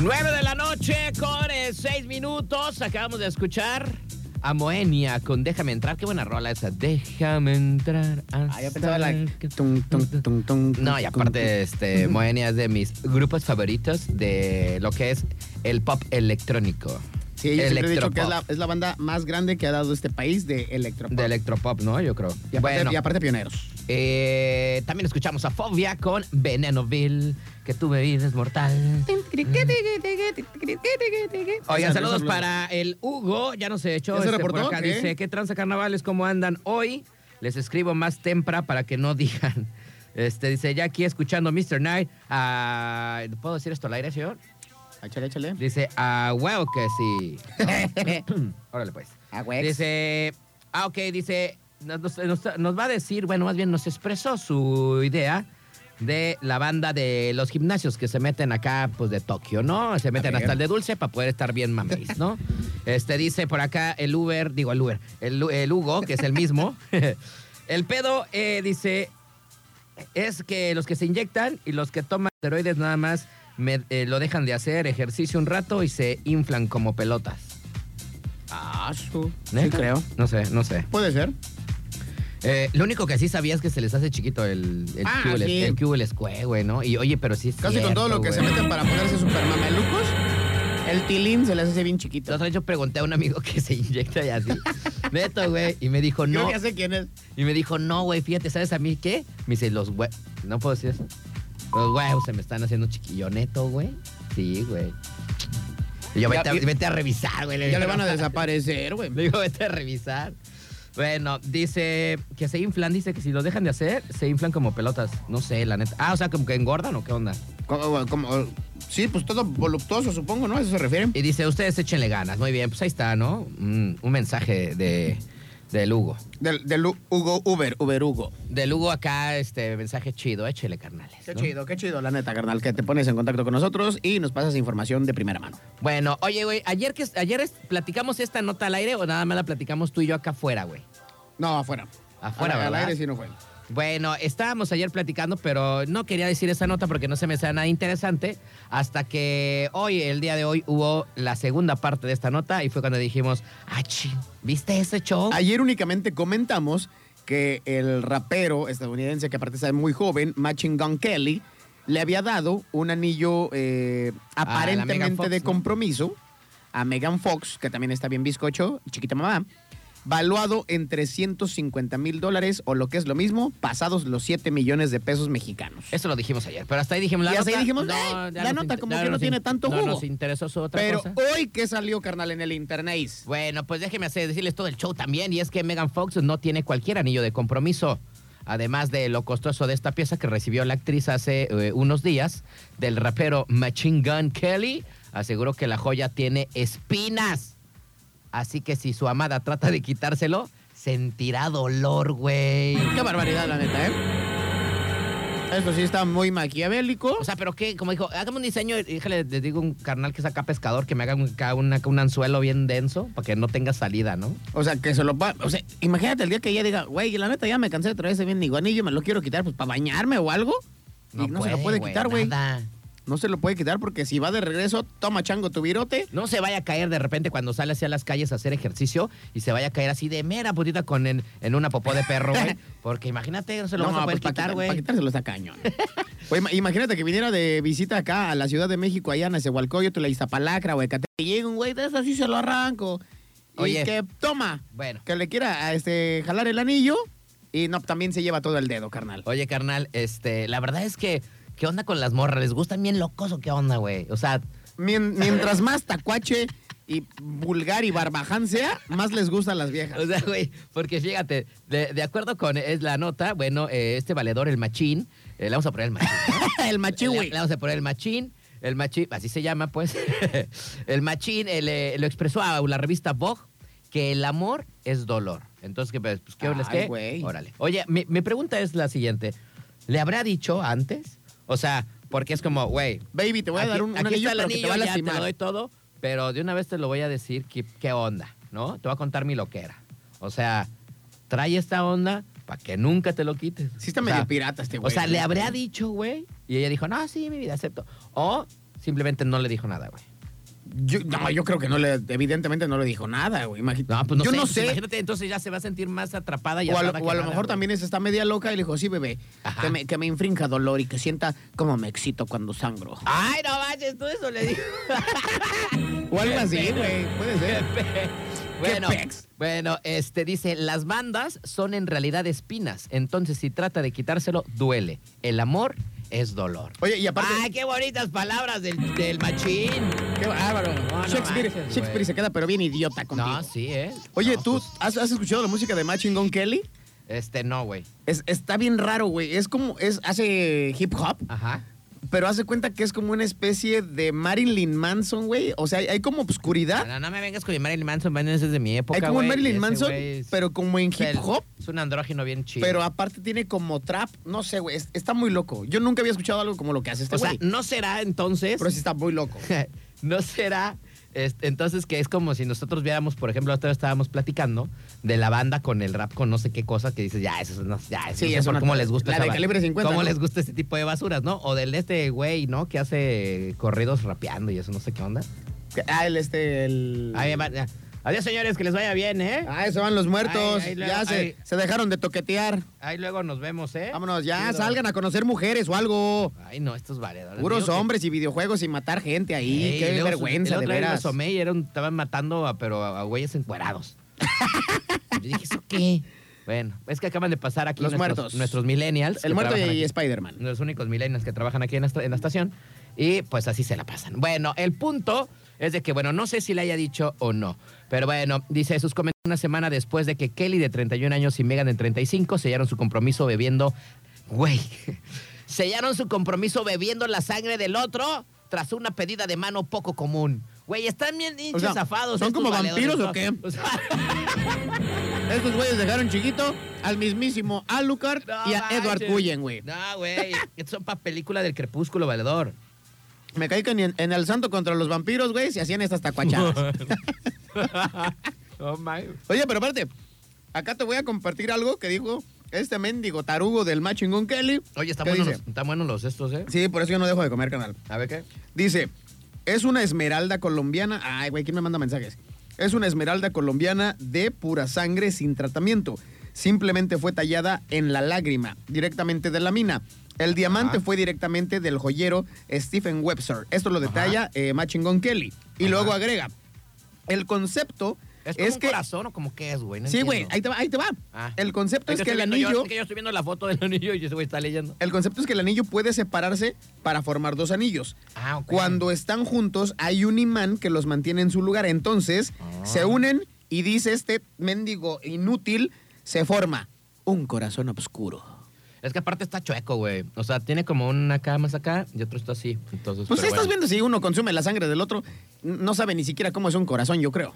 [SPEAKER 6] 9 de la noche con 6 minutos. Acabamos de escuchar a Moenia con Déjame entrar. Qué buena rola esa. Déjame entrar.
[SPEAKER 4] Ah, yo pensaba la...
[SPEAKER 6] hasta que- No, y aparte, este, Moenia es de mis grupos favoritos de lo que es el pop electrónico.
[SPEAKER 4] Sí, yo siempre he dicho que es la,
[SPEAKER 6] Electropop.
[SPEAKER 4] es la banda más grande que ha dado este país de electropop.
[SPEAKER 6] De electropop, ¿no? Yo creo.
[SPEAKER 4] y, aparte,
[SPEAKER 6] Bueno.
[SPEAKER 4] y aparte pioneros.
[SPEAKER 6] Eh, también escuchamos a Fobia con Venenoville, que tu bebida es mortal. Mm. Oigan,
[SPEAKER 4] Esa,
[SPEAKER 6] saludos
[SPEAKER 4] esa
[SPEAKER 6] para el Hugo, ya nos echó
[SPEAKER 4] ¿Ya se
[SPEAKER 6] este, por
[SPEAKER 4] reportó?
[SPEAKER 6] acá.
[SPEAKER 4] ¿Qué?
[SPEAKER 6] Dice, ¿qué tranza carnavales? ¿Cómo andan hoy? Les escribo más temprano para que no *laughs* digan. Este, dice, ya aquí escuchando Mr. Knight. ah, ¿Puedo decir esto al aire, señor?
[SPEAKER 4] Échale, échale.
[SPEAKER 6] Dice, ah, huevo que sí.
[SPEAKER 4] *laughs*
[SPEAKER 6] Órale, pues.
[SPEAKER 4] Ah, güey.
[SPEAKER 6] Dice, ah, ok, dice, nos, nos- nos- nos va a decir, bueno, más bien nos expresó su idea de la banda de los gimnasios que se meten acá, pues de Tokio, ¿no? Se meten hasta el de dulce para poder estar bien mameis,
[SPEAKER 4] *laughs*
[SPEAKER 6] ¿no? Este dice por acá el Uber, digo el Uber, el, el Hugo, que es
[SPEAKER 4] *laughs*
[SPEAKER 6] el mismo. el pedo eh, dice, es que los que se inyectan y los que toman esteroides nada más me- eh, lo dejan de hacer ejercicio un rato y se inflan como pelotas.
[SPEAKER 4] Ah, su. Sí,
[SPEAKER 6] ¿Neta?
[SPEAKER 4] creo.
[SPEAKER 6] No sé, no sé.
[SPEAKER 4] Puede ser.
[SPEAKER 6] Eh, lo único que sí sabía es que se les hace chiquito el, el
[SPEAKER 4] Ah,
[SPEAKER 6] cubo, el-
[SPEAKER 4] sí.
[SPEAKER 6] el cubo, el escue, güey, ¿no? Y oye, pero sí es
[SPEAKER 4] Casi con
[SPEAKER 6] cierto,
[SPEAKER 4] todo lo que se
[SPEAKER 6] güey.
[SPEAKER 4] meten para ponerse super mamelucos, el tilín se les hace bien chiquito.
[SPEAKER 6] La otra vez yo pregunté a un amigo que se inyecta y así.
[SPEAKER 4] *laughs*
[SPEAKER 6] Neto, güey. Y me dijo,
[SPEAKER 4] Creo
[SPEAKER 6] no.
[SPEAKER 4] que ya sé quién es.
[SPEAKER 6] Y me dijo, no, güey, fíjate, ¿sabes a mí qué? Me dice, los güey. No puedo decir eso. Los huevos se me están haciendo chiquillo, neto, güey. Sí, güey. Y
[SPEAKER 4] Ya-
[SPEAKER 6] yo, vete, a-
[SPEAKER 4] ya-
[SPEAKER 6] vete a revisar, güey.
[SPEAKER 4] Ya le
[SPEAKER 6] dije,
[SPEAKER 4] van a
[SPEAKER 6] "No".
[SPEAKER 4] desaparecer, güey.
[SPEAKER 6] Le digo, vete a revisar. Bueno, dice que se inflan, dice que si lo dejan de hacer, se inflan como pelotas. No sé, la neta. Ah, o sea, como que engordan o qué onda.
[SPEAKER 4] Como- como- sí, pues todo voluptuoso, supongo, ¿no? ¿A eso se refieren?
[SPEAKER 6] Y dice, ustedes échenle ganas. Muy bien, pues ahí está, ¿no? Mm, un mensaje de, de Lugo.
[SPEAKER 4] Del, del U- Hugo Uber, Uber Hugo.
[SPEAKER 6] De Lugo acá, este mensaje chido, échele, carnales.
[SPEAKER 4] Qué
[SPEAKER 6] ¿no?
[SPEAKER 4] chido, qué chido, la neta, carnal, que te pones en contacto con nosotros y nos pasas información de primera mano.
[SPEAKER 6] Bueno, oye, güey, ayer que ayer es- platicamos esta nota al aire o nada más la platicamos tú y yo acá afuera, güey.
[SPEAKER 4] No, afuera.
[SPEAKER 6] Afuera,
[SPEAKER 4] Al- Al
[SPEAKER 6] ¿verdad?
[SPEAKER 4] aire sí no fue.
[SPEAKER 6] Bueno, estábamos ayer platicando, pero no quería decir esa nota porque no se me sea nada interesante. Hasta que hoy, el día de hoy, hubo la segunda parte de esta nota y fue cuando dijimos, ah, ching, ¿viste ese show?
[SPEAKER 4] Ayer únicamente comentamos que el rapero estadounidense, que aparte está muy joven, Machine Gun Kelly, le había dado un anillo eh,
[SPEAKER 6] A la Megan
[SPEAKER 4] aparentemente
[SPEAKER 6] Fox,
[SPEAKER 4] de
[SPEAKER 6] ¿no?
[SPEAKER 4] compromiso a Megan Fox, que también está bien bizcocho, chiquita mamá, valuado en 350 mil dólares o lo que es lo mismo, pasados los 7 millones de pesos mexicanos.
[SPEAKER 6] Eso lo dijimos ayer, pero hasta ahí dijimos la
[SPEAKER 4] Y hasta
[SPEAKER 6] nota.
[SPEAKER 4] ahí dijimos, "Eh,
[SPEAKER 6] ya
[SPEAKER 4] la
[SPEAKER 6] nos
[SPEAKER 4] nota
[SPEAKER 6] inter-
[SPEAKER 4] como
[SPEAKER 6] ya
[SPEAKER 4] que no
[SPEAKER 6] nos in-
[SPEAKER 4] tiene tanto
[SPEAKER 6] No
[SPEAKER 4] jugo".
[SPEAKER 6] nos interesó su otra
[SPEAKER 4] Pero
[SPEAKER 6] cosa.
[SPEAKER 4] hoy que salió, carnal, en el internet.
[SPEAKER 6] Bueno, pues déjeme hacer, decirles todo el show también. Y es que Megan Fox no tiene cualquier anillo de compromiso. Además de lo costoso de esta pieza que recibió la actriz hace eh, unos días del rapero Machine Gun Kelly, aseguró que la joya tiene espinas. Así que si su amada trata de quitárselo, sentirá dolor, güey.
[SPEAKER 4] Qué barbaridad, la neta, ¿eh? Esto sí está muy maquiavélico.
[SPEAKER 6] O sea, pero qué, como dijo, hágame un diseño, híjole, le digo a un carnal que saca pescador que me haga un, acá una- un anzuelo bien denso para que no tenga salida, ¿no?
[SPEAKER 4] O sea, que se lo va. O sea, imagínate el día que ella diga, güey, la neta ya me cansé de traer ese bien anillo, me lo quiero quitar, pues para bañarme o algo. Y No, se lo puede quitar, güey.
[SPEAKER 6] nada.
[SPEAKER 4] No se lo puede quitar porque si va de regreso, toma chango tu virote.
[SPEAKER 6] No se vaya a caer de repente cuando sale hacia las calles a hacer ejercicio y se vaya a caer así de mera putita con en, en una popó de perro,
[SPEAKER 4] *laughs*
[SPEAKER 6] güey. Porque imagínate, no se lo
[SPEAKER 4] no,
[SPEAKER 6] vas a poder
[SPEAKER 4] pues, pa'
[SPEAKER 6] quitar,
[SPEAKER 4] Para
[SPEAKER 6] güey.
[SPEAKER 4] quitárselo está cañón. *laughs* Oye, ima- imagínate que viniera de visita acá a la Ciudad de México, allá en Ezehualcóyotl, la Iztapalacra, güey, Ecatepec, y llega un güey de eso sí se lo arranco.
[SPEAKER 6] Oye.
[SPEAKER 4] Y que toma,
[SPEAKER 6] Bueno.
[SPEAKER 4] que le quiera a este, jalar el anillo y no, también se lleva todo el dedo, carnal.
[SPEAKER 6] Oye, carnal, este, la verdad es que, ¿qué onda con las morras? ¿Les gustan bien locos o qué onda, güey? O sea,
[SPEAKER 4] Mien- mientras más tacuache y vulgar y barbaján sea, más les gustan las viejas.
[SPEAKER 6] O sea, güey, porque fíjate, de, de acuerdo con es la nota, bueno, eh, este valedor, el machín, eh, le vamos a poner *laughs* el machín. ¿no?
[SPEAKER 4] El machín, güey.
[SPEAKER 6] Le, le vamos a poner el machín. El machín, así se llama, pues. *laughs* el machín eh, le- lo expresó a la revista Vogue que el amor es dolor. Entonces, ¿qué, pues, ¿qué les
[SPEAKER 4] Ay,
[SPEAKER 6] qué?
[SPEAKER 4] güey.
[SPEAKER 6] Órale. Oye, mi, mi pregunta es la siguiente. ¿Le habrá dicho antes? O sea, porque es como, güey,
[SPEAKER 4] Baby, te voy a dar un, un
[SPEAKER 6] aquí
[SPEAKER 4] anillo,
[SPEAKER 6] está el
[SPEAKER 4] pero que te va a
[SPEAKER 6] anillo, ya
[SPEAKER 4] lastimar.
[SPEAKER 6] te doy todo, pero de una vez te lo voy a decir qué, qué onda, ¿no? Te voy a contar mi loquera. O sea, trae esta onda para que nunca te lo quites.
[SPEAKER 4] Sí está
[SPEAKER 6] O
[SPEAKER 4] medio
[SPEAKER 6] sea,
[SPEAKER 4] pirata este
[SPEAKER 6] O
[SPEAKER 4] güey.
[SPEAKER 6] sea, le habría dicho, güey, y ella dijo, no, sí, mi vida, acepto. O simplemente no le dijo nada, güey.
[SPEAKER 4] Yo, no, yo creo que no le, evidentemente no le dijo nada, güey. imagi-
[SPEAKER 6] No, pues no
[SPEAKER 4] yo
[SPEAKER 6] sé,
[SPEAKER 4] no
[SPEAKER 6] pues
[SPEAKER 4] sé.
[SPEAKER 6] Imagínate, entonces ya se va a sentir más atrapada y
[SPEAKER 4] o a lo, o
[SPEAKER 6] atada que
[SPEAKER 4] a lo
[SPEAKER 6] nada,
[SPEAKER 4] mejor
[SPEAKER 6] güey.
[SPEAKER 4] también es- está media loca y le dijo, sí, bebé,
[SPEAKER 6] Ajá.
[SPEAKER 4] que me, que me infrinja dolor y que sienta como me excito cuando sangro.
[SPEAKER 6] Ay, no manches, tú eso le
[SPEAKER 4] *laughs*
[SPEAKER 6] dijo. *laughs*
[SPEAKER 4] O algo así,
[SPEAKER 6] pedo.
[SPEAKER 4] güey. Puede ser.
[SPEAKER 6] Bueno,
[SPEAKER 4] pex?
[SPEAKER 6] bueno, este dice, las bandas son en realidad espinas, entonces si trata de quitárselo, duele. El amor es dolor.
[SPEAKER 4] Oye, y aparte-
[SPEAKER 6] ¡Ay, qué bonitas palabras del, del machín!
[SPEAKER 4] Qué bárbaro.
[SPEAKER 6] No, no
[SPEAKER 4] Shakespeare,
[SPEAKER 6] manches, güey.
[SPEAKER 4] Shakespeare se queda pero bien idiota contigo.
[SPEAKER 6] No, sí, ¿eh?
[SPEAKER 4] Oye,
[SPEAKER 6] No,
[SPEAKER 4] ¿tú
[SPEAKER 6] pues,
[SPEAKER 4] has, has escuchado la música de Machine Gun Kelly?
[SPEAKER 6] este, no, güey.
[SPEAKER 4] Es- está bien raro, güey. Es como, es, hace hip hop,
[SPEAKER 6] Ajá.
[SPEAKER 4] pero hace cuenta que es como una especie de Marilyn Manson, güey. O sea, hay, hay como obscuridad.
[SPEAKER 6] No, no me vengas con Marilyn Manson, bueno, ese es de mi época,
[SPEAKER 4] hay como
[SPEAKER 6] güey,
[SPEAKER 4] en
[SPEAKER 6] y
[SPEAKER 4] Marilyn
[SPEAKER 6] ese
[SPEAKER 4] Manson,
[SPEAKER 6] güey es-
[SPEAKER 4] pero como en hip
[SPEAKER 6] el-
[SPEAKER 4] hop.
[SPEAKER 6] Es un andrógino bien chido.
[SPEAKER 4] Pero aparte tiene como trap, no sé, güey, es- está muy loco. Yo nunca había escuchado algo como lo que hace este
[SPEAKER 6] o sea,
[SPEAKER 4] güey.
[SPEAKER 6] ¿no será entonces?
[SPEAKER 4] pero sí está muy loco.
[SPEAKER 6] *laughs* ¿No será este, entonces que es como si nosotros viéramos, por ejemplo, la otra vez estábamos platicando de la banda con el rap con no sé qué cosa que dices, ya, eso es una- ya, eso
[SPEAKER 4] Sí,
[SPEAKER 6] no sé
[SPEAKER 4] es
[SPEAKER 6] por
[SPEAKER 4] una-
[SPEAKER 6] cómo les gusta
[SPEAKER 4] la
[SPEAKER 6] esa
[SPEAKER 4] de
[SPEAKER 6] banda.
[SPEAKER 4] Calibre 50,
[SPEAKER 6] cómo
[SPEAKER 4] ¿no?
[SPEAKER 6] les gusta ese tipo de basuras, ¿no? O del este güey, ¿no? Que hace corridos rapeando y eso no sé qué onda.
[SPEAKER 4] Que- Ah, el este, el.
[SPEAKER 6] Ahí va- ya. Adiós, señores, que les vaya bien, ¿eh?
[SPEAKER 4] Ah, eso van los muertos.
[SPEAKER 6] Ahí, ahí,
[SPEAKER 4] ya
[SPEAKER 6] luego,
[SPEAKER 4] se,
[SPEAKER 6] ahí.
[SPEAKER 4] se dejaron de toquetear.
[SPEAKER 6] Ahí luego nos vemos, ¿eh?
[SPEAKER 4] Vámonos, ya
[SPEAKER 6] Chido.
[SPEAKER 4] salgan a conocer mujeres o algo.
[SPEAKER 6] Ay, no, estos valedores.
[SPEAKER 4] Puros
[SPEAKER 6] Digo que-
[SPEAKER 4] hombres y videojuegos y matar gente ahí.
[SPEAKER 6] Ey,
[SPEAKER 4] Qué
[SPEAKER 6] luego su-
[SPEAKER 4] vergüenza,
[SPEAKER 6] el
[SPEAKER 4] de
[SPEAKER 6] otro día me
[SPEAKER 4] veras.
[SPEAKER 6] asomé y era un- estaban matando a, pero a, a
[SPEAKER 4] *laughs*
[SPEAKER 6] güeyes encuerados. Yo dije, ¿eso qué? Bueno, es que acaban de pasar aquí
[SPEAKER 4] Los
[SPEAKER 6] nuestros,
[SPEAKER 4] muertos.
[SPEAKER 6] nuestros millennials.
[SPEAKER 4] El
[SPEAKER 6] que
[SPEAKER 4] muerto y,
[SPEAKER 6] trabajan aquí.
[SPEAKER 4] Spider-Man.
[SPEAKER 6] Los únicos millennials que trabajan aquí en la, esta- en la estación. Y pues así se la pasan. Bueno, el punto es de que, bueno, no sé si le haya dicho o no. Pero bueno, dice sus comentarios una semana después de que Kelly de 31 años y Megan de 35 sellaron su compromiso bebiendo. Güey. *laughs* Sellaron su compromiso bebiendo la sangre del otro tras una pedida de mano poco común. Güey, están bien
[SPEAKER 4] O
[SPEAKER 6] hinches
[SPEAKER 4] sea,
[SPEAKER 6] zafados.
[SPEAKER 4] ¿son
[SPEAKER 6] estos
[SPEAKER 4] como vampiros
[SPEAKER 6] ¿no?
[SPEAKER 4] o qué?
[SPEAKER 6] *laughs* O sea,
[SPEAKER 4] Estos güeyes dejaron chiquito al mismísimo Alucard *laughs*
[SPEAKER 6] no
[SPEAKER 4] y a Edward
[SPEAKER 6] manches.
[SPEAKER 4] Cullen, güey.
[SPEAKER 6] No, güey. Esto son para película del crepúsculo valedor.
[SPEAKER 4] Me caí que ni en, en el santo contra los vampiros, güey, se hacían estas
[SPEAKER 6] *laughs*
[SPEAKER 4] tacuachadas.
[SPEAKER 6] Oh, my.
[SPEAKER 4] Oye, pero aparte, acá te voy a compartir algo que dijo este mendigo tarugo del machingón Kelly.
[SPEAKER 6] Oye, están
[SPEAKER 4] ¿Qué
[SPEAKER 6] buenos,
[SPEAKER 4] dice?
[SPEAKER 6] los- están buenos los estos, ¿eh?
[SPEAKER 4] Sí, por eso yo no dejo de comer, canal.
[SPEAKER 6] A ver qué.
[SPEAKER 4] Dice, es una esmeralda colombiana. Ay, güey, ¿quién me manda mensajes? Es una esmeralda colombiana de pura sangre sin tratamiento. Simplemente fue tallada en la lágrima, directamente de la mina. El diamante
[SPEAKER 6] Ajá.
[SPEAKER 4] fue directamente del joyero Stephen Webster. Esto lo detalla eh, Machingón Kelly. Y luego agrega, el concepto es,
[SPEAKER 6] ¿Es como un
[SPEAKER 4] que...
[SPEAKER 6] corazón o como qué es, güey? No
[SPEAKER 4] sí, güey, ahí
[SPEAKER 6] entiendo.
[SPEAKER 4] te va, ahí te va.
[SPEAKER 6] Ah.
[SPEAKER 4] El concepto
[SPEAKER 6] Ahí
[SPEAKER 4] es
[SPEAKER 6] te
[SPEAKER 4] que el
[SPEAKER 6] estoy viendo,
[SPEAKER 4] anillo...
[SPEAKER 6] Yo, es que yo estoy viendo la foto del anillo y ese güey está leyendo.
[SPEAKER 4] El concepto es que el anillo puede separarse para formar dos anillos.
[SPEAKER 6] Ah, ok.
[SPEAKER 4] Cuando están juntos, hay un imán que los mantiene en su lugar. Entonces,
[SPEAKER 6] Ah.
[SPEAKER 4] se unen y dice este mendigo inútil, se forma un corazón oscuro.
[SPEAKER 6] Es que aparte está chueco, güey. O sea, tiene como una acá más acá y otro está así. Entonces,
[SPEAKER 4] Pues
[SPEAKER 6] pero
[SPEAKER 4] estás
[SPEAKER 6] bueno.
[SPEAKER 4] viendo si uno consume la sangre del otro, n- no sabe ni siquiera cómo es un corazón, yo creo.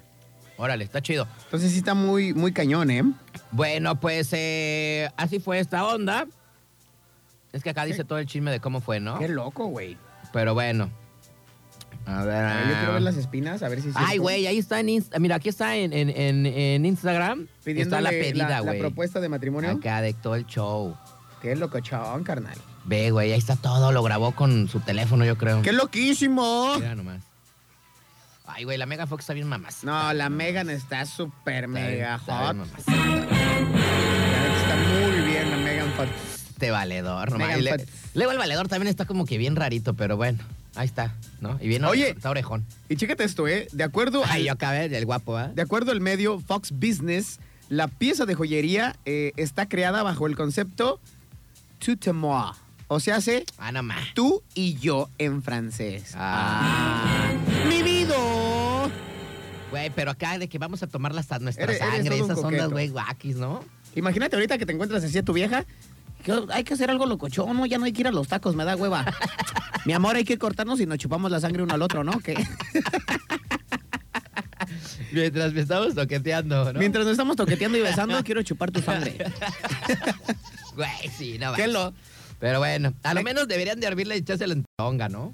[SPEAKER 6] Órale, está chido.
[SPEAKER 4] Entonces sí está muy, muy cañón, ¿eh?
[SPEAKER 6] Bueno, pues eh, así fue esta onda. Es que acá dice todo el chisme de cómo fue, ¿no?
[SPEAKER 4] Qué loco, güey.
[SPEAKER 6] Pero bueno. A ver.
[SPEAKER 4] A ver, Yo quiero ver las espinas, a ver si... es
[SPEAKER 6] Ah. Ay,
[SPEAKER 4] cierto.
[SPEAKER 6] güey, ahí está en Insta- Mira, aquí está en, en- en- en Instagram. está
[SPEAKER 4] Pidiéndole
[SPEAKER 6] la pedida,
[SPEAKER 4] la
[SPEAKER 6] güey.
[SPEAKER 4] propuesta de matrimonio.
[SPEAKER 6] Acá de todo el show.
[SPEAKER 4] Qué locochón, carnal.
[SPEAKER 6] Ve, güey, ahí está todo. Lo grabó con su teléfono, yo creo.
[SPEAKER 4] ¡Qué loquísimo!
[SPEAKER 6] Mira nomás. Ay, güey, la Mega Fox está bien mamás.
[SPEAKER 4] No, la Megan está súper mega hot. Está muy bien la Megan Fox.
[SPEAKER 6] Este valedor, no
[SPEAKER 4] Megan
[SPEAKER 6] mames. Le-
[SPEAKER 4] Fox.
[SPEAKER 6] Luego el valedor también está como que bien rarito, pero bueno, ahí está, ¿no? Y bien
[SPEAKER 4] Oye.
[SPEAKER 6] orejón, está orejón.
[SPEAKER 4] Y chécate esto, ¿eh? De acuerdo, al,
[SPEAKER 6] Ay, yo acabé del guapo, ¿ah?
[SPEAKER 4] de acuerdo al medio Fox Business, la pieza de joyería eh, está creada bajo el concepto tu te moi. O sea, hace
[SPEAKER 6] Ah, no más.
[SPEAKER 4] tú y yo en francés.
[SPEAKER 6] Ah.
[SPEAKER 4] ¡Mi vida!
[SPEAKER 6] Güey, pero acá de que vamos a tomar las, nuestra
[SPEAKER 4] Eres- eres
[SPEAKER 6] sangre,
[SPEAKER 4] todo un
[SPEAKER 6] esas ondas,
[SPEAKER 4] coqueto.
[SPEAKER 6] güey, guaquis, ¿no?
[SPEAKER 4] Imagínate ahorita que te encuentras así a tu vieja. que Hay que hacer algo locochón, ¿no? Ya no hay que ir a los tacos, me da hueva. Mi amor, hay que cortarnos y nos chupamos la sangre uno al otro, ¿no? ¿Qué?
[SPEAKER 6] Mientras me estamos toqueteando, ¿no?
[SPEAKER 4] Mientras nos *laughs* estamos toqueteando y besando, quiero chupar tu sangre.
[SPEAKER 6] Güey, sí, no
[SPEAKER 4] ¿Qué
[SPEAKER 6] manches.
[SPEAKER 4] lo-
[SPEAKER 6] Pero bueno, a lo menos deberían de hervirle y echarse la tonga, ¿no?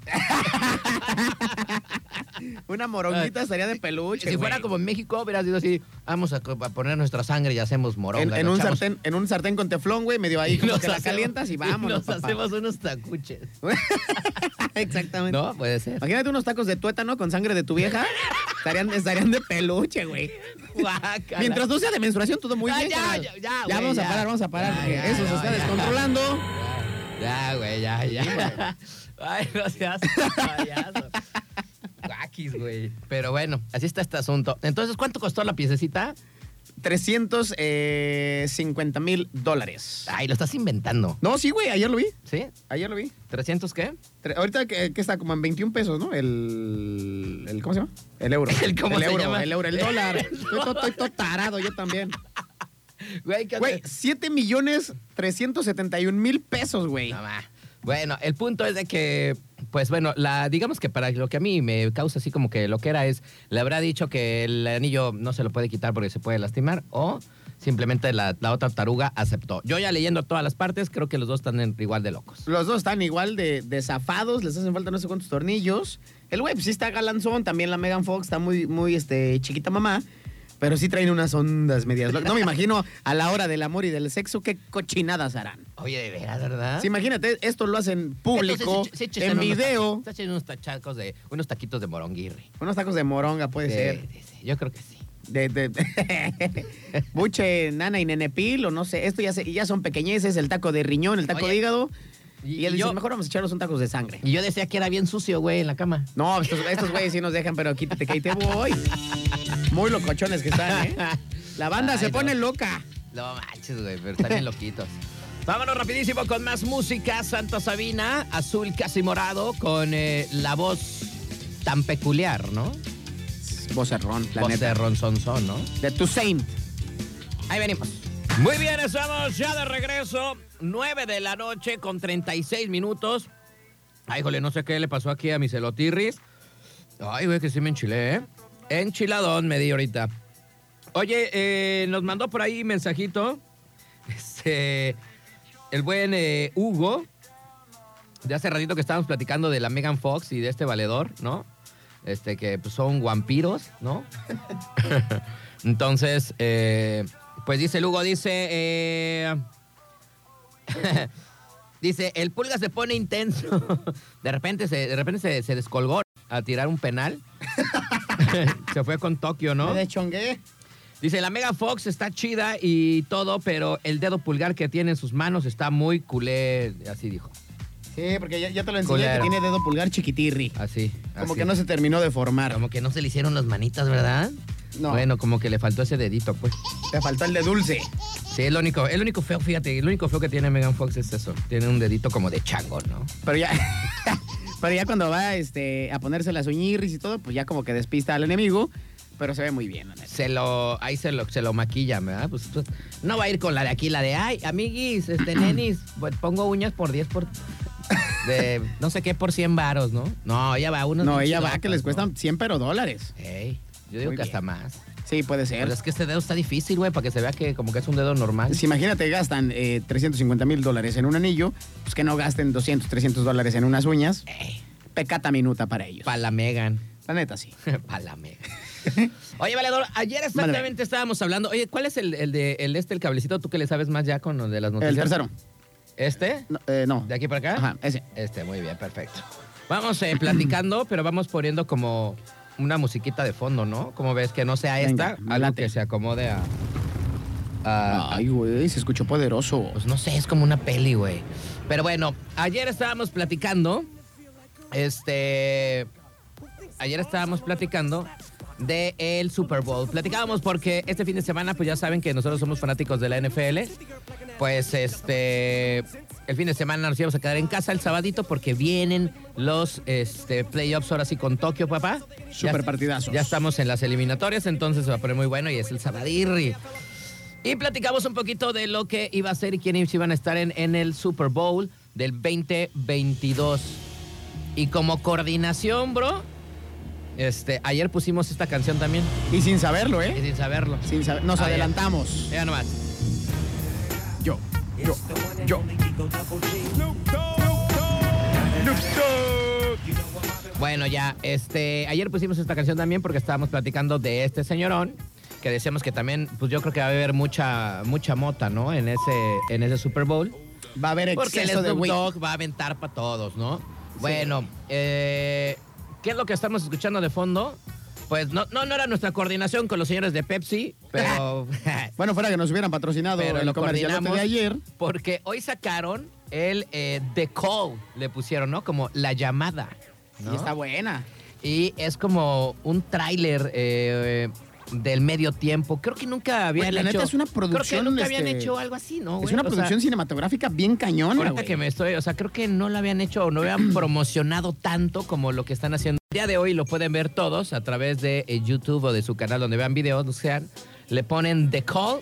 [SPEAKER 4] Una moronguita estaría de peluche.
[SPEAKER 6] si
[SPEAKER 4] güey.
[SPEAKER 6] fuera como en México, hubiera sido así, vamos a, co- a poner nuestra sangre y hacemos
[SPEAKER 8] En,
[SPEAKER 6] moronga.
[SPEAKER 8] en
[SPEAKER 6] y
[SPEAKER 8] un
[SPEAKER 6] echamos-
[SPEAKER 8] sartén, en un sartén con teflón, güey, medio ahí,
[SPEAKER 6] *laughs* y
[SPEAKER 8] como
[SPEAKER 6] nos
[SPEAKER 8] que la
[SPEAKER 6] hacemos-
[SPEAKER 8] calientas y vámonos.
[SPEAKER 6] *laughs* nos
[SPEAKER 8] papá.
[SPEAKER 6] hacemos unos tacuches.
[SPEAKER 4] *laughs* Exactamente.
[SPEAKER 6] No, puede ser.
[SPEAKER 4] Imagínate unos tacos de tuétano con sangre de tu vieja. Estarían, estarían de peluche, güey.
[SPEAKER 6] Guácala.
[SPEAKER 4] Mientras no sea de menstruación, todo muy
[SPEAKER 6] Ah,
[SPEAKER 4] bien.
[SPEAKER 6] ya,
[SPEAKER 4] carnal.
[SPEAKER 6] ya, ya, güey,
[SPEAKER 4] vamos a
[SPEAKER 6] ya.
[SPEAKER 4] parar, vamos a parar.
[SPEAKER 6] Ya,
[SPEAKER 4] porque
[SPEAKER 6] ya,
[SPEAKER 4] eso se
[SPEAKER 6] no,
[SPEAKER 4] está
[SPEAKER 6] ya.
[SPEAKER 4] descontrolando.
[SPEAKER 6] Ya, güey, ya, ya. Ay, no seas payaso. Guaquis, güey. Pero bueno, así está este asunto. Entonces, ¿cuánto costó la piececita?
[SPEAKER 4] 350 eh, mil dólares.
[SPEAKER 6] Ay, lo estás inventando.
[SPEAKER 8] No, sí, güey, ayer lo vi.
[SPEAKER 6] ¿Sí?
[SPEAKER 8] Ayer lo vi.
[SPEAKER 6] ¿300 qué?
[SPEAKER 8] Tre- Ahorita que, que está como en 21 pesos, ¿no? El, el- ¿Cómo se llama? El euro.
[SPEAKER 6] *laughs* El cómo se
[SPEAKER 8] euro,
[SPEAKER 6] llama.
[SPEAKER 8] el euro,
[SPEAKER 6] *laughs*
[SPEAKER 8] el dólar. estoy, todo, estoy todo tarado yo también.
[SPEAKER 6] Güey, *laughs* ¿qué
[SPEAKER 8] Güey, 7 millones 371 mil pesos, güey.
[SPEAKER 6] No, ma. Bueno, el punto es de que, pues bueno, la, digamos que para lo que a mí me causa así como que lo que era es, le habrá dicho que el anillo no se lo puede quitar porque se puede lastimar o simplemente la, la otra taruga aceptó. Yo ya leyendo todas las partes, creo que los dos están en- igual de locos.
[SPEAKER 4] Los dos están igual de, de zafados, les hacen falta no sé cuántos tornillos. El güey pues, sí está galanzón, también la Megan Fox está muy, muy este, chiquita mamá, pero sí traen unas ondas medias. locas. No me imagino a la hora del amor y del sexo qué cochinadas harán.
[SPEAKER 6] Oye, de veras, ¿verdad?
[SPEAKER 4] Sí, imagínate, esto lo hacen público,
[SPEAKER 6] ¿Ah? Entonces, sí, sí, sí,
[SPEAKER 4] en
[SPEAKER 6] unos
[SPEAKER 4] video.
[SPEAKER 6] tacos, sí, unos tachacos de, unos taquitos de moronguirri.
[SPEAKER 4] Unos tacos de moronga puede
[SPEAKER 6] Sí,
[SPEAKER 4] ser.
[SPEAKER 6] sí, sí, yo creo que sí.
[SPEAKER 4] De, de- de- *laughs* buche, nana y nenepil, o no sé. Esto ya, se- ya son pequeñeces, el taco de riñón, el taco
[SPEAKER 6] Oye,
[SPEAKER 4] de hígado.
[SPEAKER 6] y-
[SPEAKER 4] Y, él
[SPEAKER 6] y
[SPEAKER 4] dice,
[SPEAKER 6] yo-
[SPEAKER 4] mejor vamos a echarnos un tacos de sangre.
[SPEAKER 6] Y yo decía que era bien sucio, güey, en la cama.
[SPEAKER 4] No, estos estos güeyes sí nos dejan, pero quítate que ahí te voy. Muy locochones que están, ¿eh? La banda
[SPEAKER 6] Ay,
[SPEAKER 4] se
[SPEAKER 6] no.
[SPEAKER 4] pone loca.
[SPEAKER 6] No manches, güey, pero están *laughs* bien loquitos. Vámonos rapidísimo con más música. Santa Sabina, azul casi morado, con eh, la voz tan peculiar, ¿no?
[SPEAKER 4] Vocerrón,
[SPEAKER 6] La voz de Ron Sonson, ¿no?
[SPEAKER 4] De tu Saint.
[SPEAKER 6] Ahí venimos. Muy bien, estamos ya de regreso. 9 de la noche con 36 minutos. Ay, jole, no sé qué le pasó aquí a mi celotirris. Ay, güey, que sí me enchilé, ¿eh? Enchiladón me di ahorita. Oye, eh, nos mandó por ahí mensajito. Este. El buen eh, Hugo. De hace ratito que estábamos platicando de la Megan Fox y de este valedor, ¿no? Este, que pues, son vampiros, ¿no? *laughs* Entonces, eh, pues dice Lugo, dice. eh, *laughs* dice, el pulga se pone intenso. *laughs* De repente se, de repente se, se descolgó a tirar un penal. *laughs* se fue con Tokio, ¿no?
[SPEAKER 4] Me deschongué.
[SPEAKER 6] Dice, la Mega Fox está chida y todo, pero el dedo pulgar que tiene en sus manos está muy culé. Así dijo.
[SPEAKER 4] Sí, porque ya, ya te lo enseñé
[SPEAKER 6] Culero.
[SPEAKER 4] que tiene dedo pulgar chiquitirri.
[SPEAKER 6] Así.
[SPEAKER 4] Como
[SPEAKER 6] así.
[SPEAKER 4] que no se terminó de formar.
[SPEAKER 6] Como que no se le hicieron las manitas, ¿verdad?
[SPEAKER 4] No.
[SPEAKER 6] Bueno, como que le faltó ese dedito, pues.
[SPEAKER 4] Te faltó el de dulce.
[SPEAKER 6] Sí, el único, el único feo, fíjate, el único feo que tiene Megan Fox es eso. Tiene un dedito como de chango, ¿no?
[SPEAKER 4] Pero ya. *laughs* Pero ya cuando va este, a ponerse las uñirris y todo, pues ya como que despista al enemigo. Pero se ve muy bien, la neta.
[SPEAKER 6] Se lo, ahí se lo, se lo maquilla, ¿verdad? Pues, pues, no va a ir con la de aquí, la de, ay,
[SPEAKER 4] *clears throat*
[SPEAKER 6] amiguis, este, nenis, pues, pongo uñas por 10 por, de no sé qué por 100 varos, ¿no? No, ella va a unos
[SPEAKER 4] No,
[SPEAKER 6] bien
[SPEAKER 4] ella va
[SPEAKER 6] chidotas,
[SPEAKER 4] que les
[SPEAKER 6] ¿no?
[SPEAKER 4] cuestan 100 pero dólares.
[SPEAKER 6] Ey, yo digo
[SPEAKER 4] Muy
[SPEAKER 6] que hasta
[SPEAKER 4] bien.
[SPEAKER 6] más.
[SPEAKER 4] Sí, puede ser.
[SPEAKER 6] Pero es que este dedo está difícil, güey, para que se vea que como que es un dedo normal.
[SPEAKER 4] Si imagínate, gastan eh, 350 mil dólares en un anillo, pues que no gasten 200, 300 dólares en unas uñas. Pecata minuta para ellos.
[SPEAKER 6] Para la Megan. *laughs*
[SPEAKER 4] la neta, sí.
[SPEAKER 6] Para
[SPEAKER 4] *laughs*
[SPEAKER 6] la Megan. Oye, Valedor, ayer exactamente estábamos hablando. Oye, ¿cuál es el, el de el este, el cablecito? ¿Tú que le sabes más ya con lo de las noticias?
[SPEAKER 4] El tercero.
[SPEAKER 6] ¿Este?
[SPEAKER 4] No, eh, no.
[SPEAKER 6] ¿De aquí para acá?
[SPEAKER 4] Ajá, ese.
[SPEAKER 6] Este, muy bien, perfecto. Vamos eh,
[SPEAKER 4] *clears throat*
[SPEAKER 6] platicando, pero vamos poniendo como una musiquita de fondo, ¿no? Como ves, que no sea
[SPEAKER 4] Venga,
[SPEAKER 6] esta,
[SPEAKER 4] me
[SPEAKER 6] algo
[SPEAKER 4] late.
[SPEAKER 6] que se acomode a... a-
[SPEAKER 4] Ay, güey, se escuchó poderoso.
[SPEAKER 6] pues no sé, es como una peli, güey. Pero bueno, ayer estábamos platicando, este, ayer estábamos platicando de el Super Bowl. Platicábamos porque este fin de semana, pues ya saben que nosotros somos fanáticos de la NFL. Pues este, el fin de semana nos íbamos a quedar en casa el sabadito porque vienen los este, playoffs ahora sí con Tokio, papá.
[SPEAKER 4] Super
[SPEAKER 6] partidazo.
[SPEAKER 4] partidazos.
[SPEAKER 6] Ya estamos en las eliminatorias, entonces se va a poner muy bueno y es el sabadirri. Y platicamos un poquito de lo que iba a ser y quiénes iban a estar en, en el Super Bowl del 2022. Y como coordinación, bro, este, ayer pusimos esta canción también,
[SPEAKER 4] Y sin saberlo,
[SPEAKER 6] y
[SPEAKER 4] ¿eh?
[SPEAKER 6] sin saberlo.
[SPEAKER 4] Sin saber- Nos
[SPEAKER 6] Ah, ya.
[SPEAKER 4] adelantamos.
[SPEAKER 6] Vean nomás.
[SPEAKER 4] Yo.
[SPEAKER 9] yo, yo.
[SPEAKER 6] Bueno, ya, este, ayer pusimos esta canción también porque estábamos platicando de este señorón, que decíamos que también, pues yo creo que va a haber mucha, mucha mota, ¿no? En ese, en ese Super Bowl.
[SPEAKER 4] Va a haber
[SPEAKER 6] Porque el
[SPEAKER 4] exceso de
[SPEAKER 6] Snoop
[SPEAKER 4] weed.
[SPEAKER 6] Dogg va a aventar para todos, ¿no? Bueno, eh, ¿qué es lo que estamos escuchando de fondo? Pues no, no, no era nuestra coordinación con los señores de Pepsi,
[SPEAKER 4] *laughs*
[SPEAKER 6] pero, *laughs*
[SPEAKER 4] Bueno, fuera que nos hubieran patrocinado
[SPEAKER 6] pero
[SPEAKER 4] el
[SPEAKER 6] lo
[SPEAKER 4] comercialote
[SPEAKER 6] coordinamos
[SPEAKER 4] de ayer.
[SPEAKER 6] porque hoy sacaron el eh, The Call, le pusieron, ¿no? Como la llamada. ¿no?
[SPEAKER 4] Y está buena.
[SPEAKER 6] Y es como un tráiler eh, del medio tiempo. Creo que nunca habían
[SPEAKER 4] Güey, la
[SPEAKER 6] hecho.
[SPEAKER 4] neta es una
[SPEAKER 6] Creo que
[SPEAKER 4] producción,
[SPEAKER 6] nunca habían
[SPEAKER 4] este,
[SPEAKER 6] hecho algo así, ¿no?
[SPEAKER 4] es
[SPEAKER 6] güey?
[SPEAKER 4] una
[SPEAKER 6] O sea,
[SPEAKER 4] producción cinematográfica bien cañona,
[SPEAKER 6] Ahorita
[SPEAKER 4] Ah, güey.
[SPEAKER 6] que me estoy, o sea, creo que no la habían hecho o no habían *clears throat* promocionado tanto como lo que están haciendo. El día de hoy lo pueden ver todos a través de eh, YouTube o de su canal donde vean videos, o sea, le ponen The Call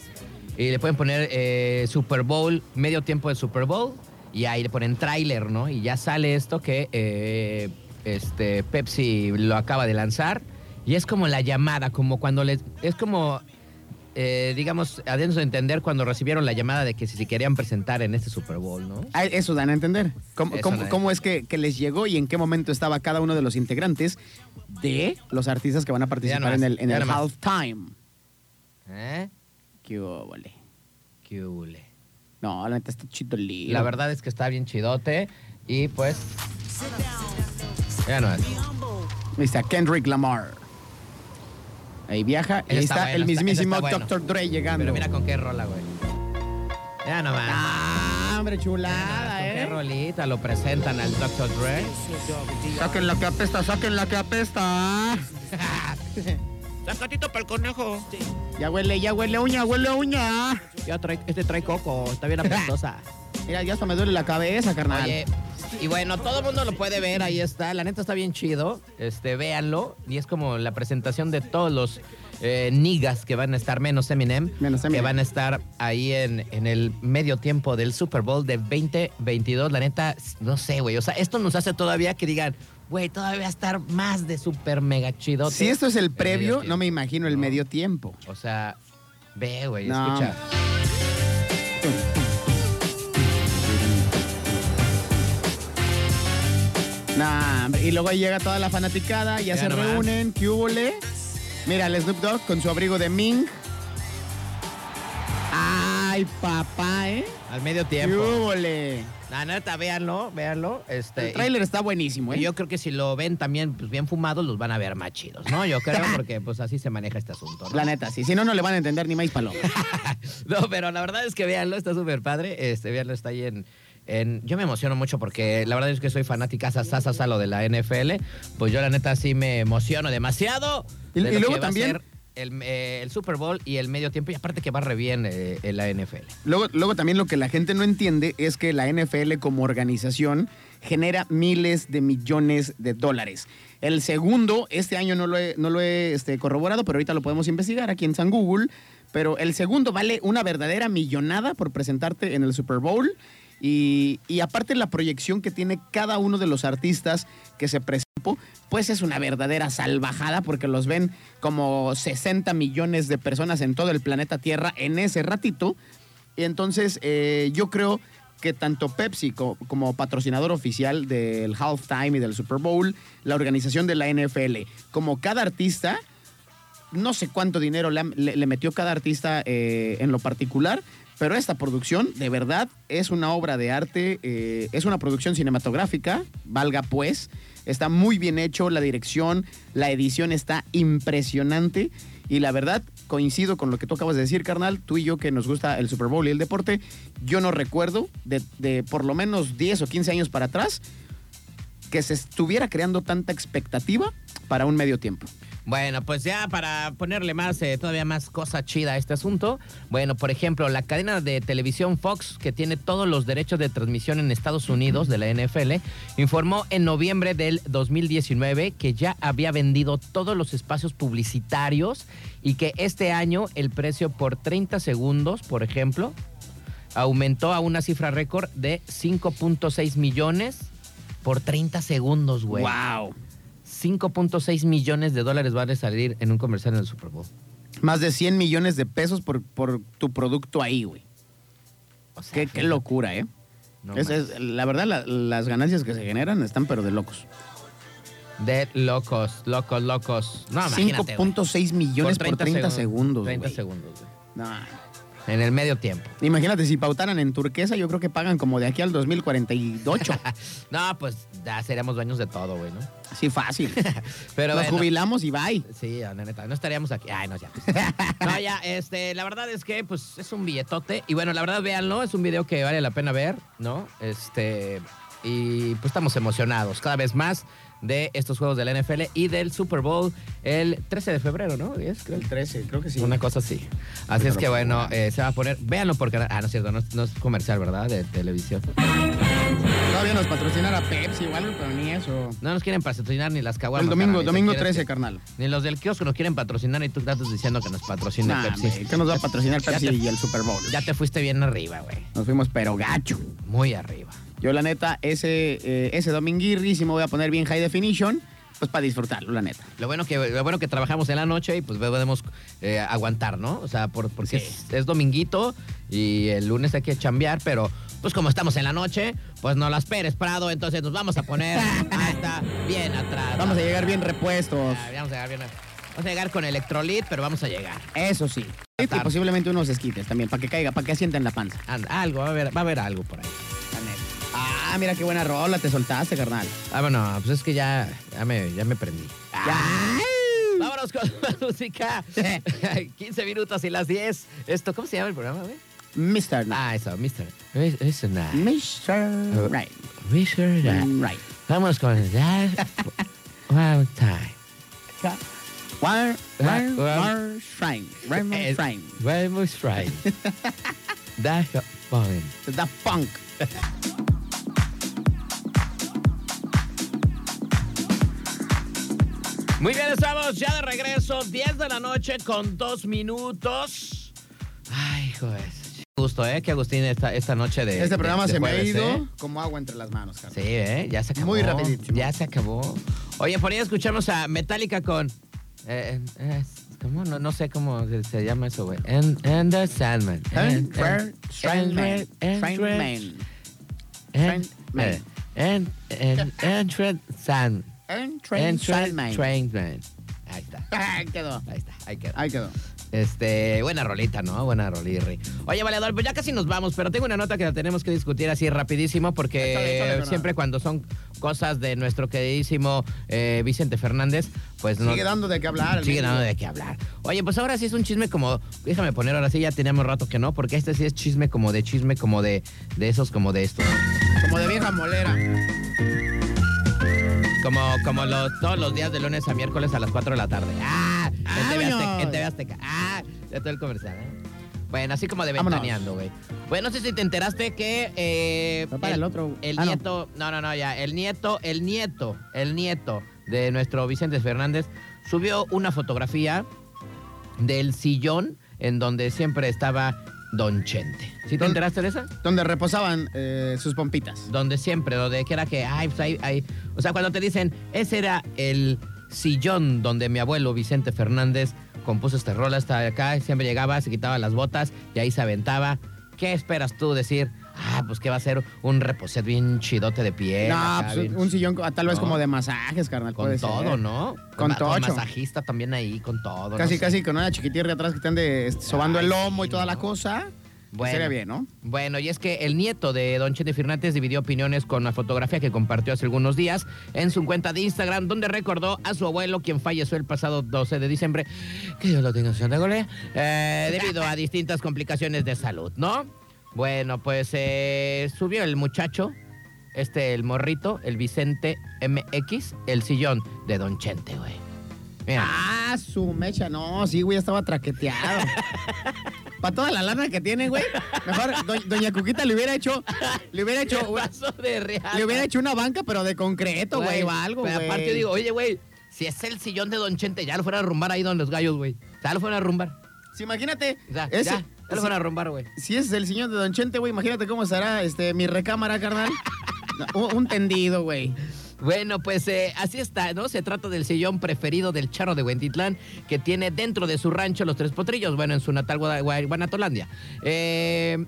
[SPEAKER 6] y le pueden poner eh, Super Bowl, medio tiempo de Super Bowl y ahí le ponen tráiler, ¿no? Y ya sale esto que eh, este Pepsi lo acaba de lanzar y es como la llamada, como cuando les es como eh, digamos, adentro de entender cuando recibieron la llamada de que si se querían presentar en este Super Bowl, ¿no?
[SPEAKER 4] Ah, Eso dan a entender. ¿Cómo,
[SPEAKER 6] Eso
[SPEAKER 4] cómo-
[SPEAKER 6] dan a
[SPEAKER 4] cómo es que, que les llegó y en qué momento estaba cada uno de los integrantes de los artistas que van a participar
[SPEAKER 6] nomás,
[SPEAKER 4] en el, en
[SPEAKER 6] ya
[SPEAKER 4] el
[SPEAKER 6] nomás.
[SPEAKER 4] halftime?
[SPEAKER 6] ¿Eh?
[SPEAKER 4] Qué óvole.
[SPEAKER 6] Qué hule.
[SPEAKER 4] No, la neta está chido lindo.
[SPEAKER 6] La verdad es que está bien chidote y pues... Ya no es.
[SPEAKER 4] Ahí está Kendrick Lamar. Ahí viaja y
[SPEAKER 6] Ese
[SPEAKER 4] ahí
[SPEAKER 6] está
[SPEAKER 4] está,
[SPEAKER 6] bueno,
[SPEAKER 4] el
[SPEAKER 6] está- ese
[SPEAKER 4] mismísimo
[SPEAKER 6] está bueno.
[SPEAKER 4] Dr. Dre llegando.
[SPEAKER 6] Pero mira con qué rola, güey. Ya no más.
[SPEAKER 4] Ah, hombre, chulada,
[SPEAKER 6] Con qué
[SPEAKER 4] ¿eh?
[SPEAKER 6] rolita lo presentan al Dr. Dre.
[SPEAKER 4] Saquen la que apesta, saquen la que apesta.
[SPEAKER 6] Sacatito para el conejo.
[SPEAKER 4] Ya huele, ya huele uña, huele uña.
[SPEAKER 6] Ya trae, este trae coco, está bien apestosa.
[SPEAKER 4] Mira, ya hasta me duele la cabeza, carnal.
[SPEAKER 6] Oye, y bueno, todo el mundo lo puede ver, ahí está. La neta está bien chido. Este, véanlo. Y es como la presentación de todos los eh, niggas que van a estar, menos Eminem,
[SPEAKER 4] Menos
[SPEAKER 6] que
[SPEAKER 4] Eminem.
[SPEAKER 6] van a estar ahí en, en el medio tiempo del Super Bowl de 2022. La neta, no sé, güey. O sea, esto nos hace todavía que digan, güey, todavía va a estar más de super mega chido.
[SPEAKER 4] si esto es el previo, no me
[SPEAKER 6] imagino.
[SPEAKER 4] imagino el
[SPEAKER 6] No.
[SPEAKER 4] medio tiempo.
[SPEAKER 6] O sea, ve, güey,
[SPEAKER 4] No.
[SPEAKER 6] escucha.
[SPEAKER 4] Nah, hombre, y luego llega toda la fanaticada, ya,
[SPEAKER 6] Ya
[SPEAKER 4] se
[SPEAKER 6] nomás.
[SPEAKER 4] reúnen, ¿qué húbole? Mira, el Snoop Dogg con su abrigo de Ming. Ay, papá, ¿eh?
[SPEAKER 6] Al medio
[SPEAKER 4] ¿Qué
[SPEAKER 6] tiempo.
[SPEAKER 4] húbole?
[SPEAKER 6] La neta, véanlo, véanlo. Este,
[SPEAKER 4] El
[SPEAKER 6] y-
[SPEAKER 4] tráiler está buenísimo, ¿eh?
[SPEAKER 6] Yo creo que si lo ven también pues, bien fumados, los van a ver más chidos, ¿no? Yo
[SPEAKER 4] *laughs*
[SPEAKER 6] creo, porque pues así se maneja este asunto, ¿no?
[SPEAKER 4] La neta, sí. Si no, no le van a entender ni maíz paloma.
[SPEAKER 6] No, pero la verdad es que véanlo, está súper padre. Este, véanlo, está ahí en, en- Yo me emociono mucho porque la verdad es que soy fanática sasa lo de la NFL. Pues yo la neta sí me emociono demasiado.
[SPEAKER 4] Y-
[SPEAKER 6] de
[SPEAKER 4] y
[SPEAKER 6] lo
[SPEAKER 4] luego
[SPEAKER 6] que va a
[SPEAKER 4] también-
[SPEAKER 6] ser El, eh, el Super Bowl y el medio tiempo, y aparte que va re bien eh, en la NFL.
[SPEAKER 4] Luego, luego también lo que la gente no entiende es que la NFL como organización genera miles de millones de dólares. El segundo, este año no lo he, no lo he este, corroborado, pero ahorita lo podemos investigar aquí en San Google. Pero el segundo vale una verdadera millonada por presentarte en el Super Bowl. Y, y aparte la proyección que tiene cada uno de los artistas que se presentan, pues es una verdadera salvajada porque los ven como 60 millones de personas en todo el planeta Tierra en ese ratito. Y entonces eh, yo creo que tanto Pepsi co- como patrocinador oficial del halftime y del Super Bowl, la organización de la NFL, como cada artista, no sé cuánto dinero le, han- le- le metió cada artista eh, en lo particular, pero esta producción de verdad es una obra de arte, eh, es una producción cinematográfica, valga pues, está muy bien hecho, la dirección, la edición está impresionante y la verdad coincido con lo que tú acabas de decir, carnal, tú y yo que nos gusta el Super Bowl y el deporte, yo no recuerdo de, de por lo menos 10 o 15 años para atrás que se estuviera creando tanta expectativa para un medio tiempo.
[SPEAKER 6] Bueno, pues ya para ponerle más, eh, todavía más cosa chida a este asunto. Bueno, por ejemplo, la cadena de televisión Fox, que tiene todos los derechos de transmisión en Estados Unidos de la NFL, informó en noviembre del 2019 que ya había vendido todos los espacios publicitarios y que este año el precio por 30 segundos, por ejemplo, aumentó a una cifra récord de 5.6 millones por 30 segundos, güey.
[SPEAKER 4] ¡Wow!
[SPEAKER 6] 5.6 millones de dólares van a salir en un comercial en el Super Bowl.
[SPEAKER 4] Más de 100 millones de pesos por, por tu producto ahí, güey.
[SPEAKER 6] O sea,
[SPEAKER 4] Qué, qué locura, ¿eh?
[SPEAKER 6] no
[SPEAKER 4] Es-
[SPEAKER 6] manches.
[SPEAKER 4] es- la verdad, la- las ganancias que se generan están pero de locos.
[SPEAKER 6] De locos, locos, locos. No, imagínate. güey.
[SPEAKER 4] 5.6 millones por 30, segundos.
[SPEAKER 6] 30
[SPEAKER 4] güey.
[SPEAKER 6] segundos, güey.
[SPEAKER 4] No.
[SPEAKER 6] En el medio tiempo.
[SPEAKER 4] Imagínate, si pautaran en turquesa, yo creo que pagan como de aquí al
[SPEAKER 6] *laughs*
[SPEAKER 4] 2048.
[SPEAKER 6] No, pues ya seríamos dueños de todo, güey, ¿no?
[SPEAKER 4] sí, fácil.
[SPEAKER 6] Pero
[SPEAKER 4] Nos
[SPEAKER 6] bueno.
[SPEAKER 4] jubilamos y bye.
[SPEAKER 6] Sí, la neta, no estaríamos aquí. Ay, no, ya.
[SPEAKER 4] *laughs*
[SPEAKER 6] No, ya, este, la verdad es que, pues, es un billetote. Y bueno, la verdad, véanlo, es un video que vale la pena ver, ¿no? Este, y pues estamos emocionados cada vez más de estos juegos de la NFL y del Super Bowl el 13 de febrero, ¿no? Es, creo.
[SPEAKER 4] El 13, creo que sí.
[SPEAKER 6] Una cosa así. Así es que bueno, eh, se va a poner. Véanlo porque. Ah, no es cierto, no, es- no es comercial, ¿verdad? De televisión.
[SPEAKER 4] Todavía nos patrocinara Pepsi o algo, pero ni eso.
[SPEAKER 6] No nos quieren patrocinar ni las caguamas.
[SPEAKER 4] el domingo,
[SPEAKER 6] carnal, ni
[SPEAKER 4] domingo
[SPEAKER 6] siquiera
[SPEAKER 4] 13,
[SPEAKER 6] es que-
[SPEAKER 4] carnal.
[SPEAKER 6] Ni los del kiosco nos quieren patrocinar y tú estás diciendo que nos patrocina
[SPEAKER 4] Nah,
[SPEAKER 6] Pepsi.
[SPEAKER 4] güey, ¿Qué nos va a patrocinar
[SPEAKER 6] Ya
[SPEAKER 4] Pepsi
[SPEAKER 6] te-
[SPEAKER 4] y el Super Bowl?
[SPEAKER 6] Ya te fuiste bien arriba, güey.
[SPEAKER 4] Nos fuimos pero gacho.
[SPEAKER 6] Muy arriba.
[SPEAKER 4] Yo, la neta, ese, eh, ese dominguirri sí me voy a poner bien high definition, pues para disfrutarlo, la neta.
[SPEAKER 6] Lo bueno que, lo bueno que trabajamos en la noche y pues podemos eh, aguantar, ¿no? O sea, por- porque
[SPEAKER 4] Sí.
[SPEAKER 6] es, es dominguito y el lunes hay que chambear, pero pues como estamos en la noche, pues no las peres, Prado, entonces nos vamos a poner hasta bien atrás.
[SPEAKER 4] Vamos a llegar bien repuestos.
[SPEAKER 6] Ah, Vamos a llegar bien. Vamos a llegar con electrolit, pero vamos a llegar.
[SPEAKER 4] Eso sí. Y
[SPEAKER 6] Tarde.
[SPEAKER 4] posiblemente unos esquites también, para que caiga, para que asienta en la panza.
[SPEAKER 6] Anda, algo, va a haber, va a haber algo por ahí.
[SPEAKER 4] la neta. Ah, mira qué buena rola, te soltaste, carnal.
[SPEAKER 6] Ah, bueno, pues es que ya, ya, me, ya me prendí.
[SPEAKER 4] Ya.
[SPEAKER 6] Vámonos con *laughs* más
[SPEAKER 4] *laughs*
[SPEAKER 6] música. 15 minutos y las 10. Esto, ¿cómo se llama el programa, güey?
[SPEAKER 4] Mr. Night.
[SPEAKER 6] Ah, eso, Mr. Eso, nada.
[SPEAKER 4] Mr. Right.
[SPEAKER 6] Mr. Night.
[SPEAKER 4] Right.
[SPEAKER 6] Vámonos con that one time.
[SPEAKER 4] One, one,
[SPEAKER 6] Right, right.
[SPEAKER 4] more shrine. One more
[SPEAKER 6] Ah, Eh,
[SPEAKER 4] shrine.
[SPEAKER 6] Very much
[SPEAKER 4] *laughs*
[SPEAKER 6] right. That one.
[SPEAKER 4] The Funk.
[SPEAKER 6] eh, Muy bien, estamos ya de regreso. 10 de la noche con 2 minutos. Ay, joder. Gusto, ¿eh? Que Agustín esta, esta noche de.
[SPEAKER 4] Este
[SPEAKER 6] de-
[SPEAKER 4] programa
[SPEAKER 6] de
[SPEAKER 4] se me ha
[SPEAKER 6] jueves,
[SPEAKER 4] ido
[SPEAKER 6] ¿eh?
[SPEAKER 4] como agua entre las manos,
[SPEAKER 6] Sí,
[SPEAKER 4] carnal.
[SPEAKER 6] ¿eh? Ya se acabó.
[SPEAKER 4] Muy rapidísimo.
[SPEAKER 6] Ya se acabó. Oye, por ahí escuchamos a Metallica con... eh, eh, ¿Cómo? No, no sé cómo se, se llama eso, güey. And, and the Sandman. And-
[SPEAKER 4] Shrine
[SPEAKER 6] and- and-
[SPEAKER 4] Man.
[SPEAKER 6] and-
[SPEAKER 4] Shrine Man.
[SPEAKER 6] and-
[SPEAKER 4] Man.
[SPEAKER 6] eh, And, and, and, Train Sand-
[SPEAKER 4] And Train
[SPEAKER 6] and Train-
[SPEAKER 4] Shrine Man.
[SPEAKER 6] Train Man. Ahí está.
[SPEAKER 4] Ah, quedó.
[SPEAKER 6] Ahí está. Ahí queda.
[SPEAKER 4] Ahí quedó.
[SPEAKER 6] Este, buena rolita, ¿no? Buena rolirri. Oye, Valedor, pues ya casi nos vamos, pero tengo una nota que la tenemos que discutir así rapidísimo porque
[SPEAKER 4] Échale, échale, carnal.
[SPEAKER 6] siempre cuando son cosas de nuestro queridísimo eh, Vicente Fernández, pues no...
[SPEAKER 4] Sigue dando de qué hablar. el
[SPEAKER 6] Sigue
[SPEAKER 4] mismo.
[SPEAKER 6] dando de qué hablar. Oye, pues ahora sí es un chisme como. Déjame poner ahora sí, ya teníamos rato que no, porque este sí es chisme como de chisme, como de, de esos, como de estos.
[SPEAKER 4] Como de vieja molera.
[SPEAKER 6] Como, como los, todos los días de lunes a miércoles a las 4 de la tarde. ¡Ah! En TV
[SPEAKER 4] ¡Vámonos!
[SPEAKER 6] Azteca. en TV Azteca. ¡Ah! Ya todo el comercial, ¿eh? Bueno, así como de
[SPEAKER 4] Vámonos.
[SPEAKER 6] ventaneando, güey. Bueno, no sé si te enteraste que... eh,
[SPEAKER 4] Pero para el otro.
[SPEAKER 6] El
[SPEAKER 4] Ah, no.
[SPEAKER 6] nieto... No. no, no, ya. El nieto, el nieto, el nieto de nuestro Vicente Fernández subió una fotografía del sillón en donde siempre estaba Don Chente. ¿Sí te
[SPEAKER 4] Don-
[SPEAKER 6] enteraste de esa?
[SPEAKER 4] Donde reposaban eh, sus pompitas.
[SPEAKER 6] donde siempre, donde quiera que, ay, pues ahí, ahí. O sea, cuando te dicen, ese era el sillón donde mi abuelo Vicente Fernández compuso esta rola hasta acá, siempre llegaba, se quitaba las botas y ahí se aventaba. ¿Qué esperas tú decir? Ah, pues que va a ser un reposet bien chidote de piel.
[SPEAKER 4] no,
[SPEAKER 6] Eh, acá,
[SPEAKER 4] pues,
[SPEAKER 6] bien-
[SPEAKER 4] un sillón co- tal vez
[SPEAKER 6] No.
[SPEAKER 4] como de masajes, carnal.
[SPEAKER 6] Con
[SPEAKER 4] puede
[SPEAKER 6] todo,
[SPEAKER 4] ser.
[SPEAKER 6] ¿no?
[SPEAKER 4] Con
[SPEAKER 6] Ma-
[SPEAKER 4] tocho.
[SPEAKER 6] masajista también ahí, con todo. no
[SPEAKER 4] Casi,
[SPEAKER 6] sé.
[SPEAKER 4] casi con una chiquitirria atrás que te ande este, sobando
[SPEAKER 6] Ay,
[SPEAKER 4] el lomo y
[SPEAKER 6] sí,
[SPEAKER 4] toda la
[SPEAKER 6] ¿no?
[SPEAKER 4] cosa. pues
[SPEAKER 6] Bueno.
[SPEAKER 4] Sería bien, ¿no?
[SPEAKER 6] Bueno, y es que el nieto de Don Chente Fernández dividió opiniones con la fotografía que compartió hace algunos días en su cuenta de Instagram, donde recordó a su abuelo, quien falleció el pasado 12 de diciembre, que Dios lo tenga, señor de Golea, eh,
[SPEAKER 4] *laughs*
[SPEAKER 6] debido a distintas complicaciones de salud, ¿no? Bueno, pues eh, subió el muchacho, este, el morrito, el Vicente MX, el sillón de Don Chente, güey. Mira.
[SPEAKER 4] Ah, su mecha. No, sí, güey, ya estaba traqueteado. Para toda la lana que tiene, güey. Mejor do- doña Cuquita le hubiera hecho, le hubiera hecho,
[SPEAKER 6] *laughs* Un brazo de reata.
[SPEAKER 4] le hubiera hecho una banca, pero de concreto, güey, o algo,
[SPEAKER 6] Pero
[SPEAKER 4] güey.
[SPEAKER 6] aparte yo digo, oye, güey, si es el sillón de Don Chente, ya lo fueron a rumbar ahí donde los gallos, güey. Ya lo fueron a rumbar.
[SPEAKER 4] Sí, imagínate,
[SPEAKER 6] O sea,
[SPEAKER 4] ese-
[SPEAKER 6] ya, ya lo fueron a rumbar, güey.
[SPEAKER 4] si ese es el señor de Don Chente, güey, imagínate cómo estará este, mi recámara, carnal. No, un, un tendido, güey.
[SPEAKER 6] Bueno, pues eh, así está, ¿no? Se trata del sillón preferido del charro de Huentitlán que tiene dentro de su rancho los tres potrillos, bueno, en su natal Guada- Gua- Guanatolandia. Eh,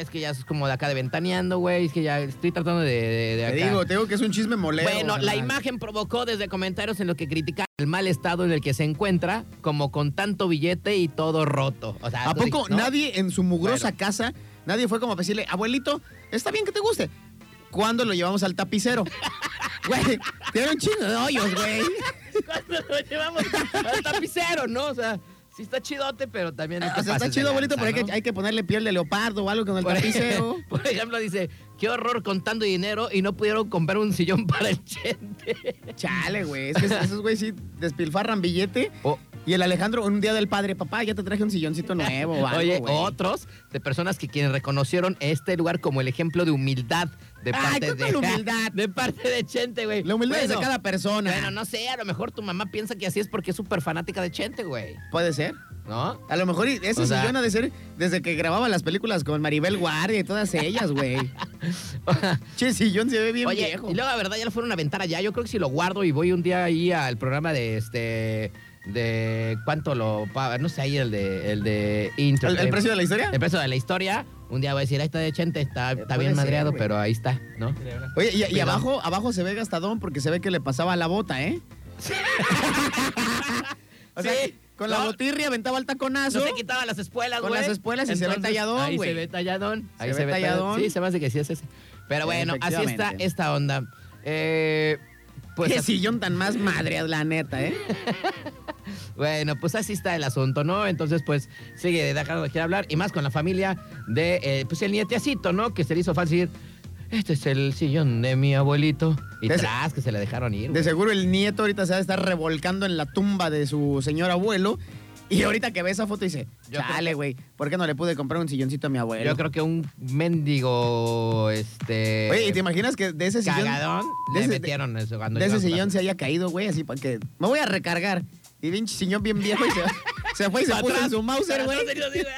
[SPEAKER 6] es que ya es como de acá de ventaneando, güey. Es que ya estoy tratando de, de- de
[SPEAKER 4] Te
[SPEAKER 6] acá.
[SPEAKER 4] digo, te digo que es un chisme molero.
[SPEAKER 6] Bueno, la
[SPEAKER 4] carnal.
[SPEAKER 6] imagen provocó desde comentarios en los que critican el mal estado en el que se encuentra, como con tanto billete y todo roto. O sea,
[SPEAKER 4] ¿A
[SPEAKER 6] tú
[SPEAKER 4] poco
[SPEAKER 6] dices, ¿no?
[SPEAKER 4] nadie en su mugrosa
[SPEAKER 6] Bueno.
[SPEAKER 4] casa, nadie fue como a decirle, abuelito, está bien que te guste? ¿Cuándo lo llevamos al
[SPEAKER 6] *laughs*
[SPEAKER 4] tapicero? Güey, tiene un chingo de hoyos, güey.
[SPEAKER 6] ¿Cuándo lo llevamos pues, al tapicero, no? O sea, sí está chidote, pero también. no te
[SPEAKER 4] O sea, está
[SPEAKER 6] pases de
[SPEAKER 4] chido, abuelito,
[SPEAKER 6] lanza,
[SPEAKER 4] pero hay que,
[SPEAKER 6] ¿no?
[SPEAKER 4] hay que ponerle piel de leopardo o algo con el
[SPEAKER 6] Por,
[SPEAKER 4] tapicero.
[SPEAKER 6] *laughs* por ejemplo, dice: Qué horror contando dinero y no pudieron comprar un sillón para el chente.
[SPEAKER 4] Chale, güey. Es que esos güey sí despilfarran billete.
[SPEAKER 6] O-
[SPEAKER 4] Y el Alejandro, un día del padre, papá, ya te traje un silloncito nuevo. o algo,
[SPEAKER 6] Oye,
[SPEAKER 4] güey".
[SPEAKER 6] otros de personas que quienes reconocieron este lugar como el ejemplo de humildad de
[SPEAKER 4] Ay, ¿cuál
[SPEAKER 6] parte de
[SPEAKER 4] humildad?
[SPEAKER 6] *laughs* de parte de Chente, güey.
[SPEAKER 4] La humildad es
[SPEAKER 6] Bueno,
[SPEAKER 4] de cada persona.
[SPEAKER 6] Bueno, no sé, a lo mejor tu mamá piensa que así es porque es súper fanática de Chente, güey.
[SPEAKER 4] Puede ser.
[SPEAKER 6] ¿No?
[SPEAKER 4] A lo mejor y- ese
[SPEAKER 6] O sea-
[SPEAKER 4] sillón ha de ser desde que grababa las películas con Maribel Guardia y todas ellas,
[SPEAKER 6] *laughs*
[SPEAKER 4] güey. che, sillón se ve *laughs* bien
[SPEAKER 6] Oye,
[SPEAKER 4] viejo.
[SPEAKER 6] y luego la verdad ya lo fueron a aventar allá. Yo creo que si lo guardo y voy un día ahí al programa de este de cuánto lo paga, no sé, ahí el de el de intro.
[SPEAKER 4] ¿El, el
[SPEAKER 6] eh,
[SPEAKER 4] precio de la historia? Eh,
[SPEAKER 6] el precio de la historia, un día voy a decir, ahí está de Chente, está, está
[SPEAKER 4] puede
[SPEAKER 6] bien
[SPEAKER 4] ser,
[SPEAKER 6] madreado,
[SPEAKER 4] güey.
[SPEAKER 6] pero ahí está, ¿no?
[SPEAKER 4] Oye, y, y
[SPEAKER 6] Cuidado.
[SPEAKER 4] abajo, abajo se ve gastadón porque se ve que le pasaba la bota, ¿eh? *laughs* o sea,
[SPEAKER 6] Sí.
[SPEAKER 4] con la
[SPEAKER 6] No.
[SPEAKER 4] botirria aventaba el taconazo.
[SPEAKER 6] No se quitaba las espuelas,
[SPEAKER 4] Con
[SPEAKER 6] güey.
[SPEAKER 4] las espuelas y se ve
[SPEAKER 6] Entonces,
[SPEAKER 4] talladón,
[SPEAKER 6] Ahí
[SPEAKER 4] güey.
[SPEAKER 6] se ve talladón.
[SPEAKER 4] Se ve talladón.
[SPEAKER 6] Sí, se me hace que sí es ese. Pero
[SPEAKER 4] Sí,
[SPEAKER 6] bueno, así está
[SPEAKER 4] efectivamente.
[SPEAKER 6] esta onda. Eh, pues,
[SPEAKER 4] Qué
[SPEAKER 6] así-
[SPEAKER 4] sillón tan más madre, la neta, ¿eh?
[SPEAKER 6] bueno, pues así está el asunto, ¿no? Entonces, pues, sigue dejando de hablar. Y más con la familia de, eh, pues, el nietecito, ¿no? Que se le hizo fácil decir, este es el sillón de mi abuelito. Y
[SPEAKER 4] De ese-
[SPEAKER 6] tras, que se le dejaron ir.
[SPEAKER 4] De
[SPEAKER 6] güey.
[SPEAKER 4] seguro el nieto ahorita se va a estar revolcando en la tumba de su señor abuelo. Y ahorita que ve esa foto dice,
[SPEAKER 6] Yo creo
[SPEAKER 4] chale,
[SPEAKER 6] que-
[SPEAKER 4] güey, ¿por qué no le pude comprar un silloncito a mi abuelo?
[SPEAKER 6] Yo creo que un mendigo, este...
[SPEAKER 4] Oye, ¿y te imaginas que de ese sillón,
[SPEAKER 6] Cagadón,
[SPEAKER 4] de
[SPEAKER 6] le
[SPEAKER 4] ese-
[SPEAKER 6] metieron eso cuando
[SPEAKER 4] de ese
[SPEAKER 6] llegaron.
[SPEAKER 4] sillón se haya caído, güey, así para que me voy a recargar? Y pinche sillón bien viejo y se,
[SPEAKER 6] *laughs*
[SPEAKER 4] se fue y se
[SPEAKER 6] Pa'
[SPEAKER 4] puso en
[SPEAKER 6] atrás,
[SPEAKER 4] su Mauser,
[SPEAKER 6] para
[SPEAKER 4] güey.
[SPEAKER 6] atrás, y yo digo,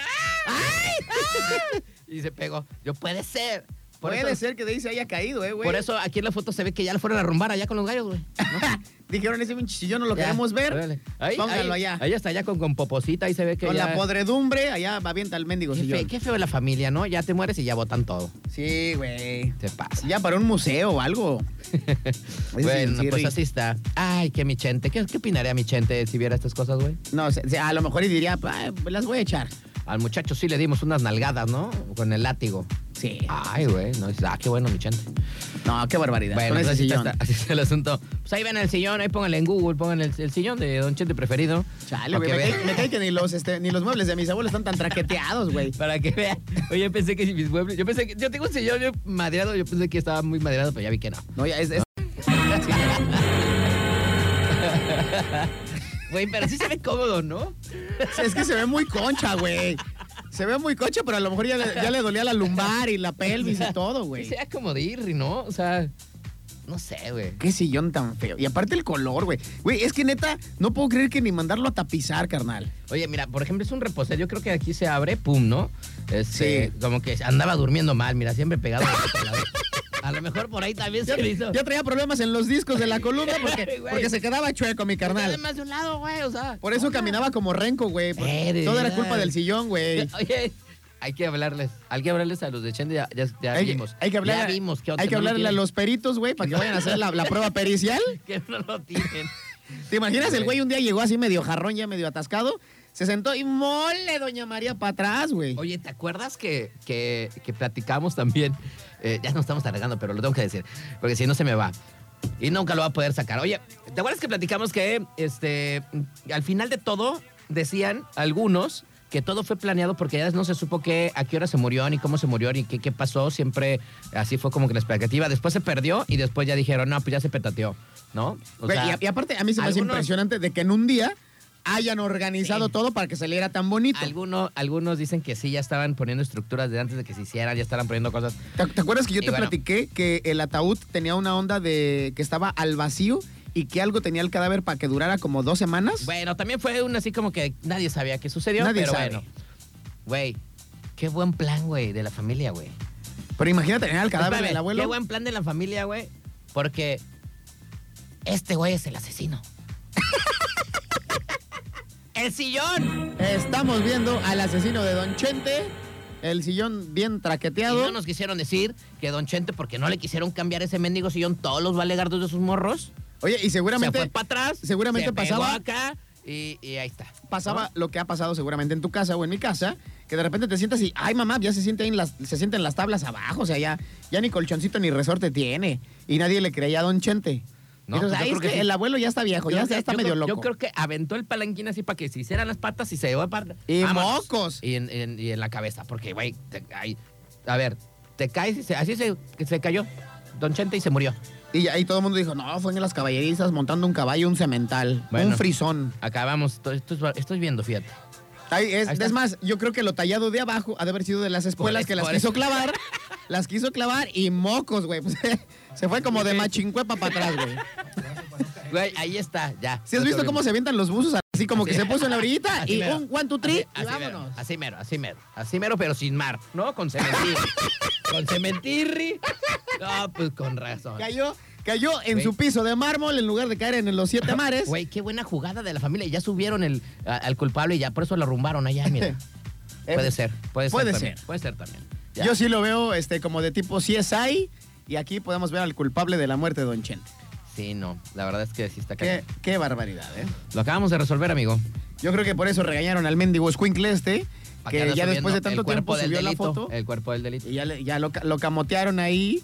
[SPEAKER 6] ¡ay! ¡Ah! Y se pegó. Yo, puede ser. Por
[SPEAKER 4] Puede
[SPEAKER 6] eso,
[SPEAKER 4] ser que de ahí se haya cacaído, eh, güey.
[SPEAKER 6] Por eso aquí en la foto se ve que ya lo fueron a rumbar allá con los gallos, güey.
[SPEAKER 4] Dijeron, ese pinche sillón no lo
[SPEAKER 6] Ya,
[SPEAKER 4] queremos ver.
[SPEAKER 6] órale. Ahí,
[SPEAKER 4] Póngalo
[SPEAKER 6] ahí,
[SPEAKER 4] allá.
[SPEAKER 6] Ahí está allá con, con poposita, ahí se ve que
[SPEAKER 4] Con
[SPEAKER 6] ya...
[SPEAKER 4] la podredumbre, allá avienta el mendigo
[SPEAKER 6] qué,
[SPEAKER 4] sillón.
[SPEAKER 6] fe- qué feo la familia, ¿no? Ya te mueres y ya botan todo.
[SPEAKER 4] Sí, güey.
[SPEAKER 6] Se pasa. *laughs*
[SPEAKER 4] Ya para un museo o algo. Es
[SPEAKER 6] bueno,
[SPEAKER 4] decir,
[SPEAKER 6] pues
[SPEAKER 4] sí.
[SPEAKER 6] así está. Ay, qué mi chente. ¿Qué, qué opinaría mi chente si viera estas cosas, güey?
[SPEAKER 4] No, se- se- a lo mejor y diría, "Ah, las voy a echar.
[SPEAKER 6] Al muchacho sí le dimos unas nalgadas, ¿no? Con el látigo.
[SPEAKER 4] Sí.
[SPEAKER 6] Ay, güey. No, dices, ah, qué bueno mi chente.
[SPEAKER 4] No, qué barbaridad.
[SPEAKER 6] Bueno,
[SPEAKER 4] Con ese
[SPEAKER 6] entonces así
[SPEAKER 4] sillón.
[SPEAKER 6] está, así está el asunto. Pues ahí ven el sillón, ahí pónganle en Google, pónganle el, el sillón de Don Chente preferido.
[SPEAKER 4] Chale, güey.
[SPEAKER 6] para que,
[SPEAKER 4] Me, cae-
[SPEAKER 6] vean-
[SPEAKER 4] me cae que ni los, este, ni los muebles de mis abuelos están tan traqueteados, güey.
[SPEAKER 6] para que vean. Oye, yo pensé que si mis muebles. Yo pensé que. Yo tengo un sillón yo madreado, yo pensé que estaba muy madreado, pero ya vi que no.
[SPEAKER 4] No, ya es. es-
[SPEAKER 6] Güey, pero sí se ve cómodo, ¿no?
[SPEAKER 4] es que se ve muy concha, güey. Se ve muy concha, pero a lo mejor ya le, ya le dolía la lumbar y la pelvis y todo,
[SPEAKER 6] Sí
[SPEAKER 4] güey.
[SPEAKER 6] se ve como de ir, ¿no? O sea. No sé, güey.
[SPEAKER 4] Qué sillón tan feo. Y aparte el color, güey. Güey, es que neta, no puedo creer que ni mandarlo a tapizar, carnal.
[SPEAKER 6] Oye, mira, por ejemplo, es un reposero. Yo creo que aquí se abre, pum, ¿no? Este,
[SPEAKER 4] Sí.
[SPEAKER 6] Como que andaba durmiendo mal, mira, siempre pegado. a la- A lo mejor por ahí también se le hizo.
[SPEAKER 4] Yo traía problemas en los discos
[SPEAKER 6] *laughs*
[SPEAKER 4] de la columna porque,
[SPEAKER 6] Güey.
[SPEAKER 4] porque se quedaba chueco, mi carnal.
[SPEAKER 6] Más de un lado, güey, o sea.
[SPEAKER 4] Por eso caminaba como renco, güey. porque
[SPEAKER 6] Eh, de
[SPEAKER 4] Todo era
[SPEAKER 6] veras.
[SPEAKER 4] culpa del sillón, güey.
[SPEAKER 6] *laughs* Oye, hay que hablarles. Hay que hablarles a los de Chende. Ya, ya, ya
[SPEAKER 4] Hay, que-
[SPEAKER 6] vimos.
[SPEAKER 4] hay que hablar,
[SPEAKER 6] Ya vimos que
[SPEAKER 4] hay que hablarle
[SPEAKER 6] *laughs*
[SPEAKER 4] a los peritos, güey, para que vayan a hacer la, la prueba pericial.
[SPEAKER 6] Que no lo tienen.
[SPEAKER 4] ¿Te imaginas? El
[SPEAKER 6] Güey.
[SPEAKER 4] güey un día llegó así medio jarrón, ya medio atascado. Se sentó y mole, doña María, para atrás, güey.
[SPEAKER 6] Oye, ¿te acuerdas que, que, que platicamos también? Eh, ya nos estamos alargando, pero lo tengo que decir. Porque si no se me va. Y nunca lo va a poder sacar. Oye, ¿te acuerdas que platicamos que este, al final de todo decían algunos que todo fue planeado porque ya no se supo qué, a qué hora se murió, ni cómo se murió, ni qué, qué pasó? Siempre así fue como que la expectativa. Después se perdió y después ya dijeron, no, pues ya se petateó, ¿no? O
[SPEAKER 4] Güey,
[SPEAKER 6] sea,
[SPEAKER 4] y, y aparte, a mí se me hace
[SPEAKER 6] algunos-
[SPEAKER 4] impresionante de que en un día hayan organizado
[SPEAKER 6] Sí.
[SPEAKER 4] todo para que saliera tan bonito.
[SPEAKER 6] alguno- algunos dicen que sí, ya estaban poniendo estructuras de antes de que se hicieran, ya estaban poniendo cosas.
[SPEAKER 4] ¿Te, te acuerdas que yo
[SPEAKER 6] Y
[SPEAKER 4] te
[SPEAKER 6] bueno.
[SPEAKER 4] platiqué que el ataúd tenía una onda de que estaba al vacío y que algo tenía el cadáver para que durara como dos semanas?
[SPEAKER 6] Bueno, también fue un así como que nadie sabía qué sucedió,
[SPEAKER 4] Nadie
[SPEAKER 6] pero
[SPEAKER 4] sabe.
[SPEAKER 6] bueno. Güey, qué buen plan, güey, de la familia, güey.
[SPEAKER 4] Pero imagínate tener el cadáver
[SPEAKER 6] Espérame,
[SPEAKER 4] del abuelo.
[SPEAKER 6] Qué buen plan de la familia, güey, porque este güey es
[SPEAKER 4] *laughs*
[SPEAKER 6] el asesino. ¡El sillón!
[SPEAKER 4] Estamos viendo al asesino de Don Chente El sillón bien
[SPEAKER 6] Y
[SPEAKER 4] traqueteado.
[SPEAKER 6] no nos quisieron decir que Don Chente, porque no le quisieron cambiar ese mendigo sillón, todos los valegardos de sus morros.
[SPEAKER 4] Oye, y seguramente.
[SPEAKER 6] se fue para atrás.
[SPEAKER 4] seguramente
[SPEAKER 6] se pegó
[SPEAKER 4] pasaba-
[SPEAKER 6] acá y, y ahí está.
[SPEAKER 4] pasaba lo que ha pasado seguramente en tu casa o en mi casa, que de repente te sientas y, ay mamá, ya se sienten las, se sienten las tablas abajo, o sea, ya, ya ni colchoncito ni resorte tiene. Y nadie le creía a Don Chente.
[SPEAKER 6] No, pues
[SPEAKER 4] Entonces,
[SPEAKER 6] yo
[SPEAKER 4] "Ay,
[SPEAKER 6] creo
[SPEAKER 4] es
[SPEAKER 6] que
[SPEAKER 4] que
[SPEAKER 6] sí.
[SPEAKER 4] el abuelo ya está viejo, ya,
[SPEAKER 6] Yo creo
[SPEAKER 4] ya
[SPEAKER 6] que-
[SPEAKER 4] está
[SPEAKER 6] yo
[SPEAKER 4] medio
[SPEAKER 6] creo-
[SPEAKER 4] loco.
[SPEAKER 6] Yo creo que aventó el palanquín así para que se hicieran las patas y se llevó aparte.
[SPEAKER 4] Y mocos.
[SPEAKER 6] Y en, en- y en la cabeza, porque, güey, te- ay, a ver, te caes y se- así se, que se cayó Don Chente y se murió.
[SPEAKER 4] Y ahí todo el mundo dijo, no, fue en las caballerizas montando un caballo, un cemental,
[SPEAKER 6] Bueno.
[SPEAKER 4] un frisón.
[SPEAKER 6] Acabamos, to- esto es- estoy viendo, fíjate.
[SPEAKER 4] Ahí es,
[SPEAKER 6] Ahí está.
[SPEAKER 4] es más, yo creo que lo tallado de abajo ha de haber sido de las espuelas
[SPEAKER 6] eso,
[SPEAKER 4] que las
[SPEAKER 6] por
[SPEAKER 4] quiso
[SPEAKER 6] eso.
[SPEAKER 4] clavar. las quiso clavar y mocos, güey. pues, *laughs* se fue como de machincuepa para atrás, güey.
[SPEAKER 6] Güey, ahí está, ya.
[SPEAKER 4] Si has
[SPEAKER 6] Ya
[SPEAKER 4] visto
[SPEAKER 6] te
[SPEAKER 4] cómo
[SPEAKER 6] olvidé.
[SPEAKER 4] se avientan los buzos así como que
[SPEAKER 6] Así.
[SPEAKER 4] se puso en la orillita
[SPEAKER 6] Así
[SPEAKER 4] y
[SPEAKER 6] mero.
[SPEAKER 4] un one, two, three
[SPEAKER 6] Así-
[SPEAKER 4] y
[SPEAKER 6] así mero,
[SPEAKER 4] vámonos.
[SPEAKER 6] así mero, así mero. Así mero, pero sin mar, ¿no? Con cementirri.
[SPEAKER 4] *laughs*
[SPEAKER 6] con cementirri. No, pues con razón.
[SPEAKER 4] Cayó, cayó en
[SPEAKER 6] Güey.
[SPEAKER 4] su piso de mármol en lugar de caer en los siete mares.
[SPEAKER 6] Güey, qué buena jugada de la familia. Ya subieron el, a- al culpable y ya por eso lo arrumbaron allá,
[SPEAKER 4] *laughs*
[SPEAKER 6] mira. puede ser, puede ser.
[SPEAKER 4] Eh, puede
[SPEAKER 6] también,
[SPEAKER 4] ser.
[SPEAKER 6] Puede ser también. Ya.
[SPEAKER 4] Yo sí lo veo este, como de tipo CSI y aquí podemos ver al culpable de la muerte de Don Chente.
[SPEAKER 6] Sí, no. La verdad es que sí está
[SPEAKER 4] Qué,
[SPEAKER 6] cañón.
[SPEAKER 4] qué barbaridad, ¿eh?
[SPEAKER 6] Lo acabamos de resolver, amigo.
[SPEAKER 4] Yo creo que por eso regañaron al mendigo escuincle este,
[SPEAKER 6] Pa'
[SPEAKER 4] que
[SPEAKER 6] ande
[SPEAKER 4] ya después
[SPEAKER 6] subiendo
[SPEAKER 4] de
[SPEAKER 6] el
[SPEAKER 4] tanto tiempo
[SPEAKER 6] cuerpo del
[SPEAKER 4] subió la
[SPEAKER 6] delito,
[SPEAKER 4] foto
[SPEAKER 6] El cuerpo del delito.
[SPEAKER 4] y ya, le- ya lo, ca- lo camotearon ahí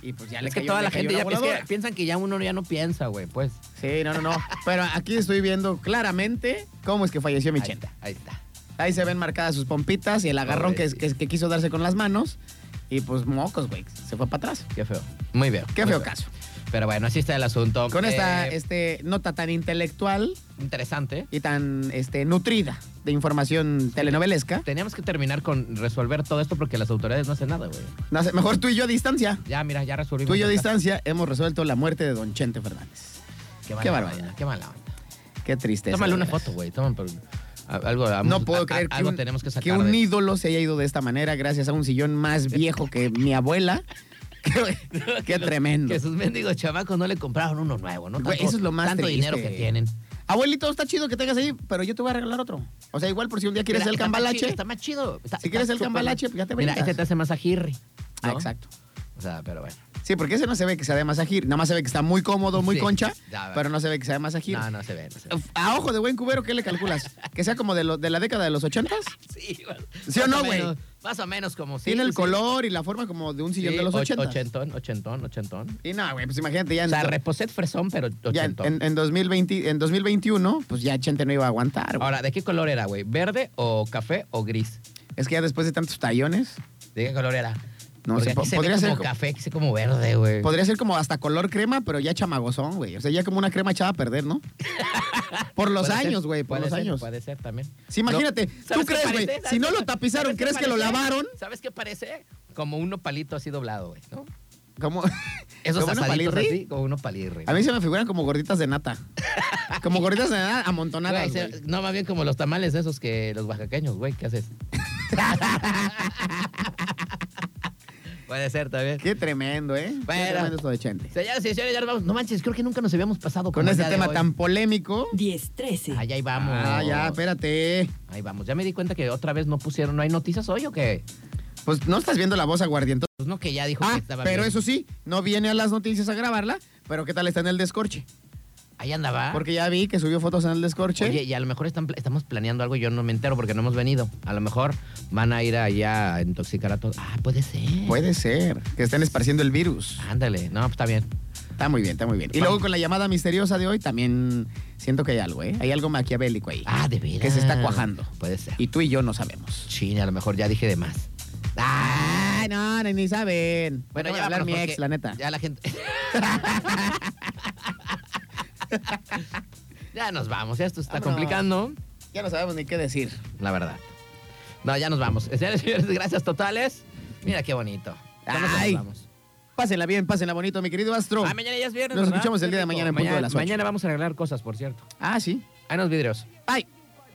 [SPEAKER 4] y pues ya le
[SPEAKER 6] es que
[SPEAKER 4] cayó-
[SPEAKER 6] toda
[SPEAKER 4] le
[SPEAKER 6] la
[SPEAKER 4] cayó
[SPEAKER 6] gente
[SPEAKER 4] una
[SPEAKER 6] ya es que
[SPEAKER 4] voladora.
[SPEAKER 6] piensan que ya uno ya no piensa, güey, pues.
[SPEAKER 4] Sí, no, no, no. Pero aquí estoy viendo claramente cómo es que falleció mi
[SPEAKER 6] Ahí
[SPEAKER 4] Chente.
[SPEAKER 6] está, ahí está.
[SPEAKER 4] Ahí se ven marcadas sus pompitas y el agarrón que, que- que quiso darse con las manos. Y pues mocos, güey. Se fue para atrás.
[SPEAKER 6] Qué feo. Muy feo.
[SPEAKER 4] Qué
[SPEAKER 6] muy
[SPEAKER 4] feo caso.
[SPEAKER 6] Pero bueno, así está el asunto.
[SPEAKER 4] Con esta
[SPEAKER 6] Eh,
[SPEAKER 4] este, nota tan intelectual
[SPEAKER 6] Interesante.
[SPEAKER 4] y tan este, nutrida de información telenovelesca,
[SPEAKER 6] Teníamos que terminar con resolver todo esto porque las autoridades no hacen nada, güey.
[SPEAKER 4] no sé, mejor tú y yo a distancia.
[SPEAKER 6] Ya, mira, ya resolvimos.
[SPEAKER 4] Tú y yo a
[SPEAKER 6] el caso.
[SPEAKER 4] distancia hemos resuelto la muerte de Don Chente Fernández.
[SPEAKER 6] Qué mala
[SPEAKER 4] Qué
[SPEAKER 6] onda,
[SPEAKER 4] barbaridad.
[SPEAKER 6] Qué mala onda.
[SPEAKER 4] Qué triste.
[SPEAKER 6] Tómale una foto, güey. Tómale pero, a- algo. a-
[SPEAKER 4] No
[SPEAKER 6] a-
[SPEAKER 4] puedo
[SPEAKER 6] a-
[SPEAKER 4] creer que
[SPEAKER 6] algo
[SPEAKER 4] un,
[SPEAKER 6] tenemos que sacar.
[SPEAKER 4] que un
[SPEAKER 6] de-
[SPEAKER 4] ídolo se haya ido de esta manera gracias a un sillón más viejo que mi
[SPEAKER 6] *laughs*
[SPEAKER 4] abuela. Qué, qué tremendo.
[SPEAKER 6] Que sus mendigos chamacos no le compraron uno nuevo, ¿no?
[SPEAKER 4] Güey,
[SPEAKER 6] Tanto-
[SPEAKER 4] eso es lo más
[SPEAKER 6] Tanto
[SPEAKER 4] triste.
[SPEAKER 6] dinero que tienen.
[SPEAKER 4] Abuelito, está chido que tengas ahí, pero yo te voy a regalar otro. O sea, igual por si un día quieres
[SPEAKER 6] Mira,
[SPEAKER 4] el
[SPEAKER 6] está más chi-
[SPEAKER 4] cambalache.
[SPEAKER 6] Está más chido. Está-
[SPEAKER 4] Si
[SPEAKER 6] está
[SPEAKER 4] quieres el
[SPEAKER 6] súper
[SPEAKER 4] cambalache,
[SPEAKER 6] más-
[SPEAKER 4] pues ya te
[SPEAKER 6] Mira,
[SPEAKER 4] brincas.
[SPEAKER 6] este te hace más ajirri.
[SPEAKER 4] Ah,
[SPEAKER 6] ¿no?
[SPEAKER 4] exacto.
[SPEAKER 6] O sea, pero bueno.
[SPEAKER 4] Sí, porque ese no se ve que sea de masajir. Nada más se ve que está muy cómodo, muy
[SPEAKER 6] Sí,
[SPEAKER 4] concha,
[SPEAKER 6] ya, va.
[SPEAKER 4] pero no se ve que sea de masajir.
[SPEAKER 6] No, no se ve.
[SPEAKER 4] *laughs*
[SPEAKER 6] No se ve.
[SPEAKER 4] Uf, A ojo de buen cubero, ¿qué le calculas? ¿Que sea como de, lo- de la década de los ochentas?
[SPEAKER 6] Sí, bueno,
[SPEAKER 4] ¿Sí o
[SPEAKER 6] más
[SPEAKER 4] no, güey?
[SPEAKER 6] menos, Más o menos como sí.
[SPEAKER 4] Tiene el
[SPEAKER 6] sí.
[SPEAKER 4] color y la forma como de un
[SPEAKER 6] Sí,
[SPEAKER 4] sillón de los
[SPEAKER 6] och-
[SPEAKER 4] ochentas.
[SPEAKER 6] Ochentón, ochentón, ochentón.
[SPEAKER 4] Y no, güey, pues imagínate ya
[SPEAKER 6] O
[SPEAKER 4] en,
[SPEAKER 6] sea, reposet fresón, pero
[SPEAKER 4] ya en,
[SPEAKER 6] ochentón.
[SPEAKER 4] en- en 2020, en 2021, pues ya Chente no iba a aguantar. güey.
[SPEAKER 6] Ahora, ¿de qué color era, güey? ¿Verde o café o gris?
[SPEAKER 4] Es que ya después de tantos tallones,
[SPEAKER 6] ¿De qué color era?
[SPEAKER 4] No,
[SPEAKER 6] Porque
[SPEAKER 4] se po-
[SPEAKER 6] aquí se
[SPEAKER 4] podría
[SPEAKER 6] ve
[SPEAKER 4] ser
[SPEAKER 6] como
[SPEAKER 4] como-
[SPEAKER 6] café, que se como verde, güey.
[SPEAKER 4] Podría ser como hasta color crema, pero ya chamagozón, güey. O sea, ya como una crema echada a perder,
[SPEAKER 6] *laughs*
[SPEAKER 4] ¿no? Por los
[SPEAKER 6] Puede ser,
[SPEAKER 4] años, güey, por los
[SPEAKER 6] puede ser,
[SPEAKER 4] años.
[SPEAKER 6] Puede ser también.
[SPEAKER 4] Sí, imagínate,
[SPEAKER 6] ¿sabes
[SPEAKER 4] ¿tú
[SPEAKER 6] qué
[SPEAKER 4] crees, güey?
[SPEAKER 6] parece?
[SPEAKER 4] Si no lo
[SPEAKER 6] ¿Sabes qué-
[SPEAKER 4] tapizaron,
[SPEAKER 6] sabes qué
[SPEAKER 4] ¿crees que lo
[SPEAKER 6] parece?
[SPEAKER 4] lavaron?
[SPEAKER 6] ¿Sabes qué parece? Como uno palito así doblado, güey, ¿no?
[SPEAKER 4] Como,
[SPEAKER 6] *laughs* Esos
[SPEAKER 4] como una
[SPEAKER 6] asaditos
[SPEAKER 4] palirri.
[SPEAKER 6] así, como uno palirri.
[SPEAKER 4] A mí se me figuran como gorditas de
[SPEAKER 6] *laughs*
[SPEAKER 4] nata. Como gorditas de nata amontonadas,
[SPEAKER 6] Güey, se-
[SPEAKER 4] güey.
[SPEAKER 6] no, más bien como los tamales esos que los oaxaqueños, güey,
[SPEAKER 4] *laughs*
[SPEAKER 6] ¿qué haces? puede ser también.
[SPEAKER 4] Qué tremendo, ¿eh? Qué
[SPEAKER 6] Bueno.
[SPEAKER 4] tremendo esto de Chente.
[SPEAKER 6] Señoras y señores, ya nos vamos. No manches, creo que nunca nos habíamos pasado
[SPEAKER 4] Con
[SPEAKER 6] este
[SPEAKER 4] este tema tan polémico.
[SPEAKER 2] 10-13.
[SPEAKER 6] Allá ahí vamos.
[SPEAKER 4] Ah, ya, espérate.
[SPEAKER 6] Ahí vamos. Ya me di cuenta que otra vez no pusieron, ¿no hay noticias hoy o qué?
[SPEAKER 4] Pues no estás viendo la voz aguardientosa.
[SPEAKER 6] Pues no, que ya dijo que
[SPEAKER 4] Ah,
[SPEAKER 6] estaba
[SPEAKER 4] pero
[SPEAKER 6] bien.
[SPEAKER 4] eso sí, no viene a las noticias a grabarla, pero ¿qué tal está en el descorche?
[SPEAKER 6] Ahí andaba.
[SPEAKER 4] Porque ya vi que subió fotos en el descorche.
[SPEAKER 6] Ah. Oye, y a lo mejor están, pla- estamos planeando algo y yo no me entero porque no hemos venido. A lo mejor van a ir allá a intoxicar a todos. Ah, puede ser.
[SPEAKER 4] Puede ser que estén esparciendo el virus.
[SPEAKER 6] Ándale. No, pues está bien.
[SPEAKER 4] Está muy bien, está muy bien. Y luego con la llamada misteriosa de hoy también siento que hay algo, ¿eh? Hay algo maquiavélico ahí.
[SPEAKER 6] Ah, de veras.
[SPEAKER 4] Que se está cuajando.
[SPEAKER 6] Puede ser.
[SPEAKER 4] Y tú y yo no sabemos.
[SPEAKER 6] China, a lo mejor ya dije de más.
[SPEAKER 4] Ay, no, ni- ni saben. Bueno, ya va a hablar
[SPEAKER 6] vámonos,
[SPEAKER 4] mi
[SPEAKER 6] porque
[SPEAKER 4] ex, la neta.
[SPEAKER 6] Ya
[SPEAKER 4] *laughs*
[SPEAKER 6] la gente. *laughs* ya nos vamos. Ya esto se está
[SPEAKER 4] Vámonos.
[SPEAKER 6] complicando.
[SPEAKER 4] Ya no sabemos ni qué decir.
[SPEAKER 6] La verdad. No, ya nos vamos. *laughs* Señores, señores, gracias totales. Mira qué bonito. Con eso
[SPEAKER 4] Ay.
[SPEAKER 6] nos vamos.
[SPEAKER 4] Pásenla bien, pásenla bonito, mi querido Astro.
[SPEAKER 6] Ah, mañana ya es viernes.
[SPEAKER 4] Nos
[SPEAKER 6] ¿verdad?
[SPEAKER 4] escuchamos el
[SPEAKER 6] Qué
[SPEAKER 4] día de
[SPEAKER 6] rico.
[SPEAKER 4] mañana en punto de las ocho.
[SPEAKER 6] Mañana vamos a arreglar cosas, por cierto.
[SPEAKER 4] Ah, sí.
[SPEAKER 6] Hay unos vidrios.
[SPEAKER 4] Bye.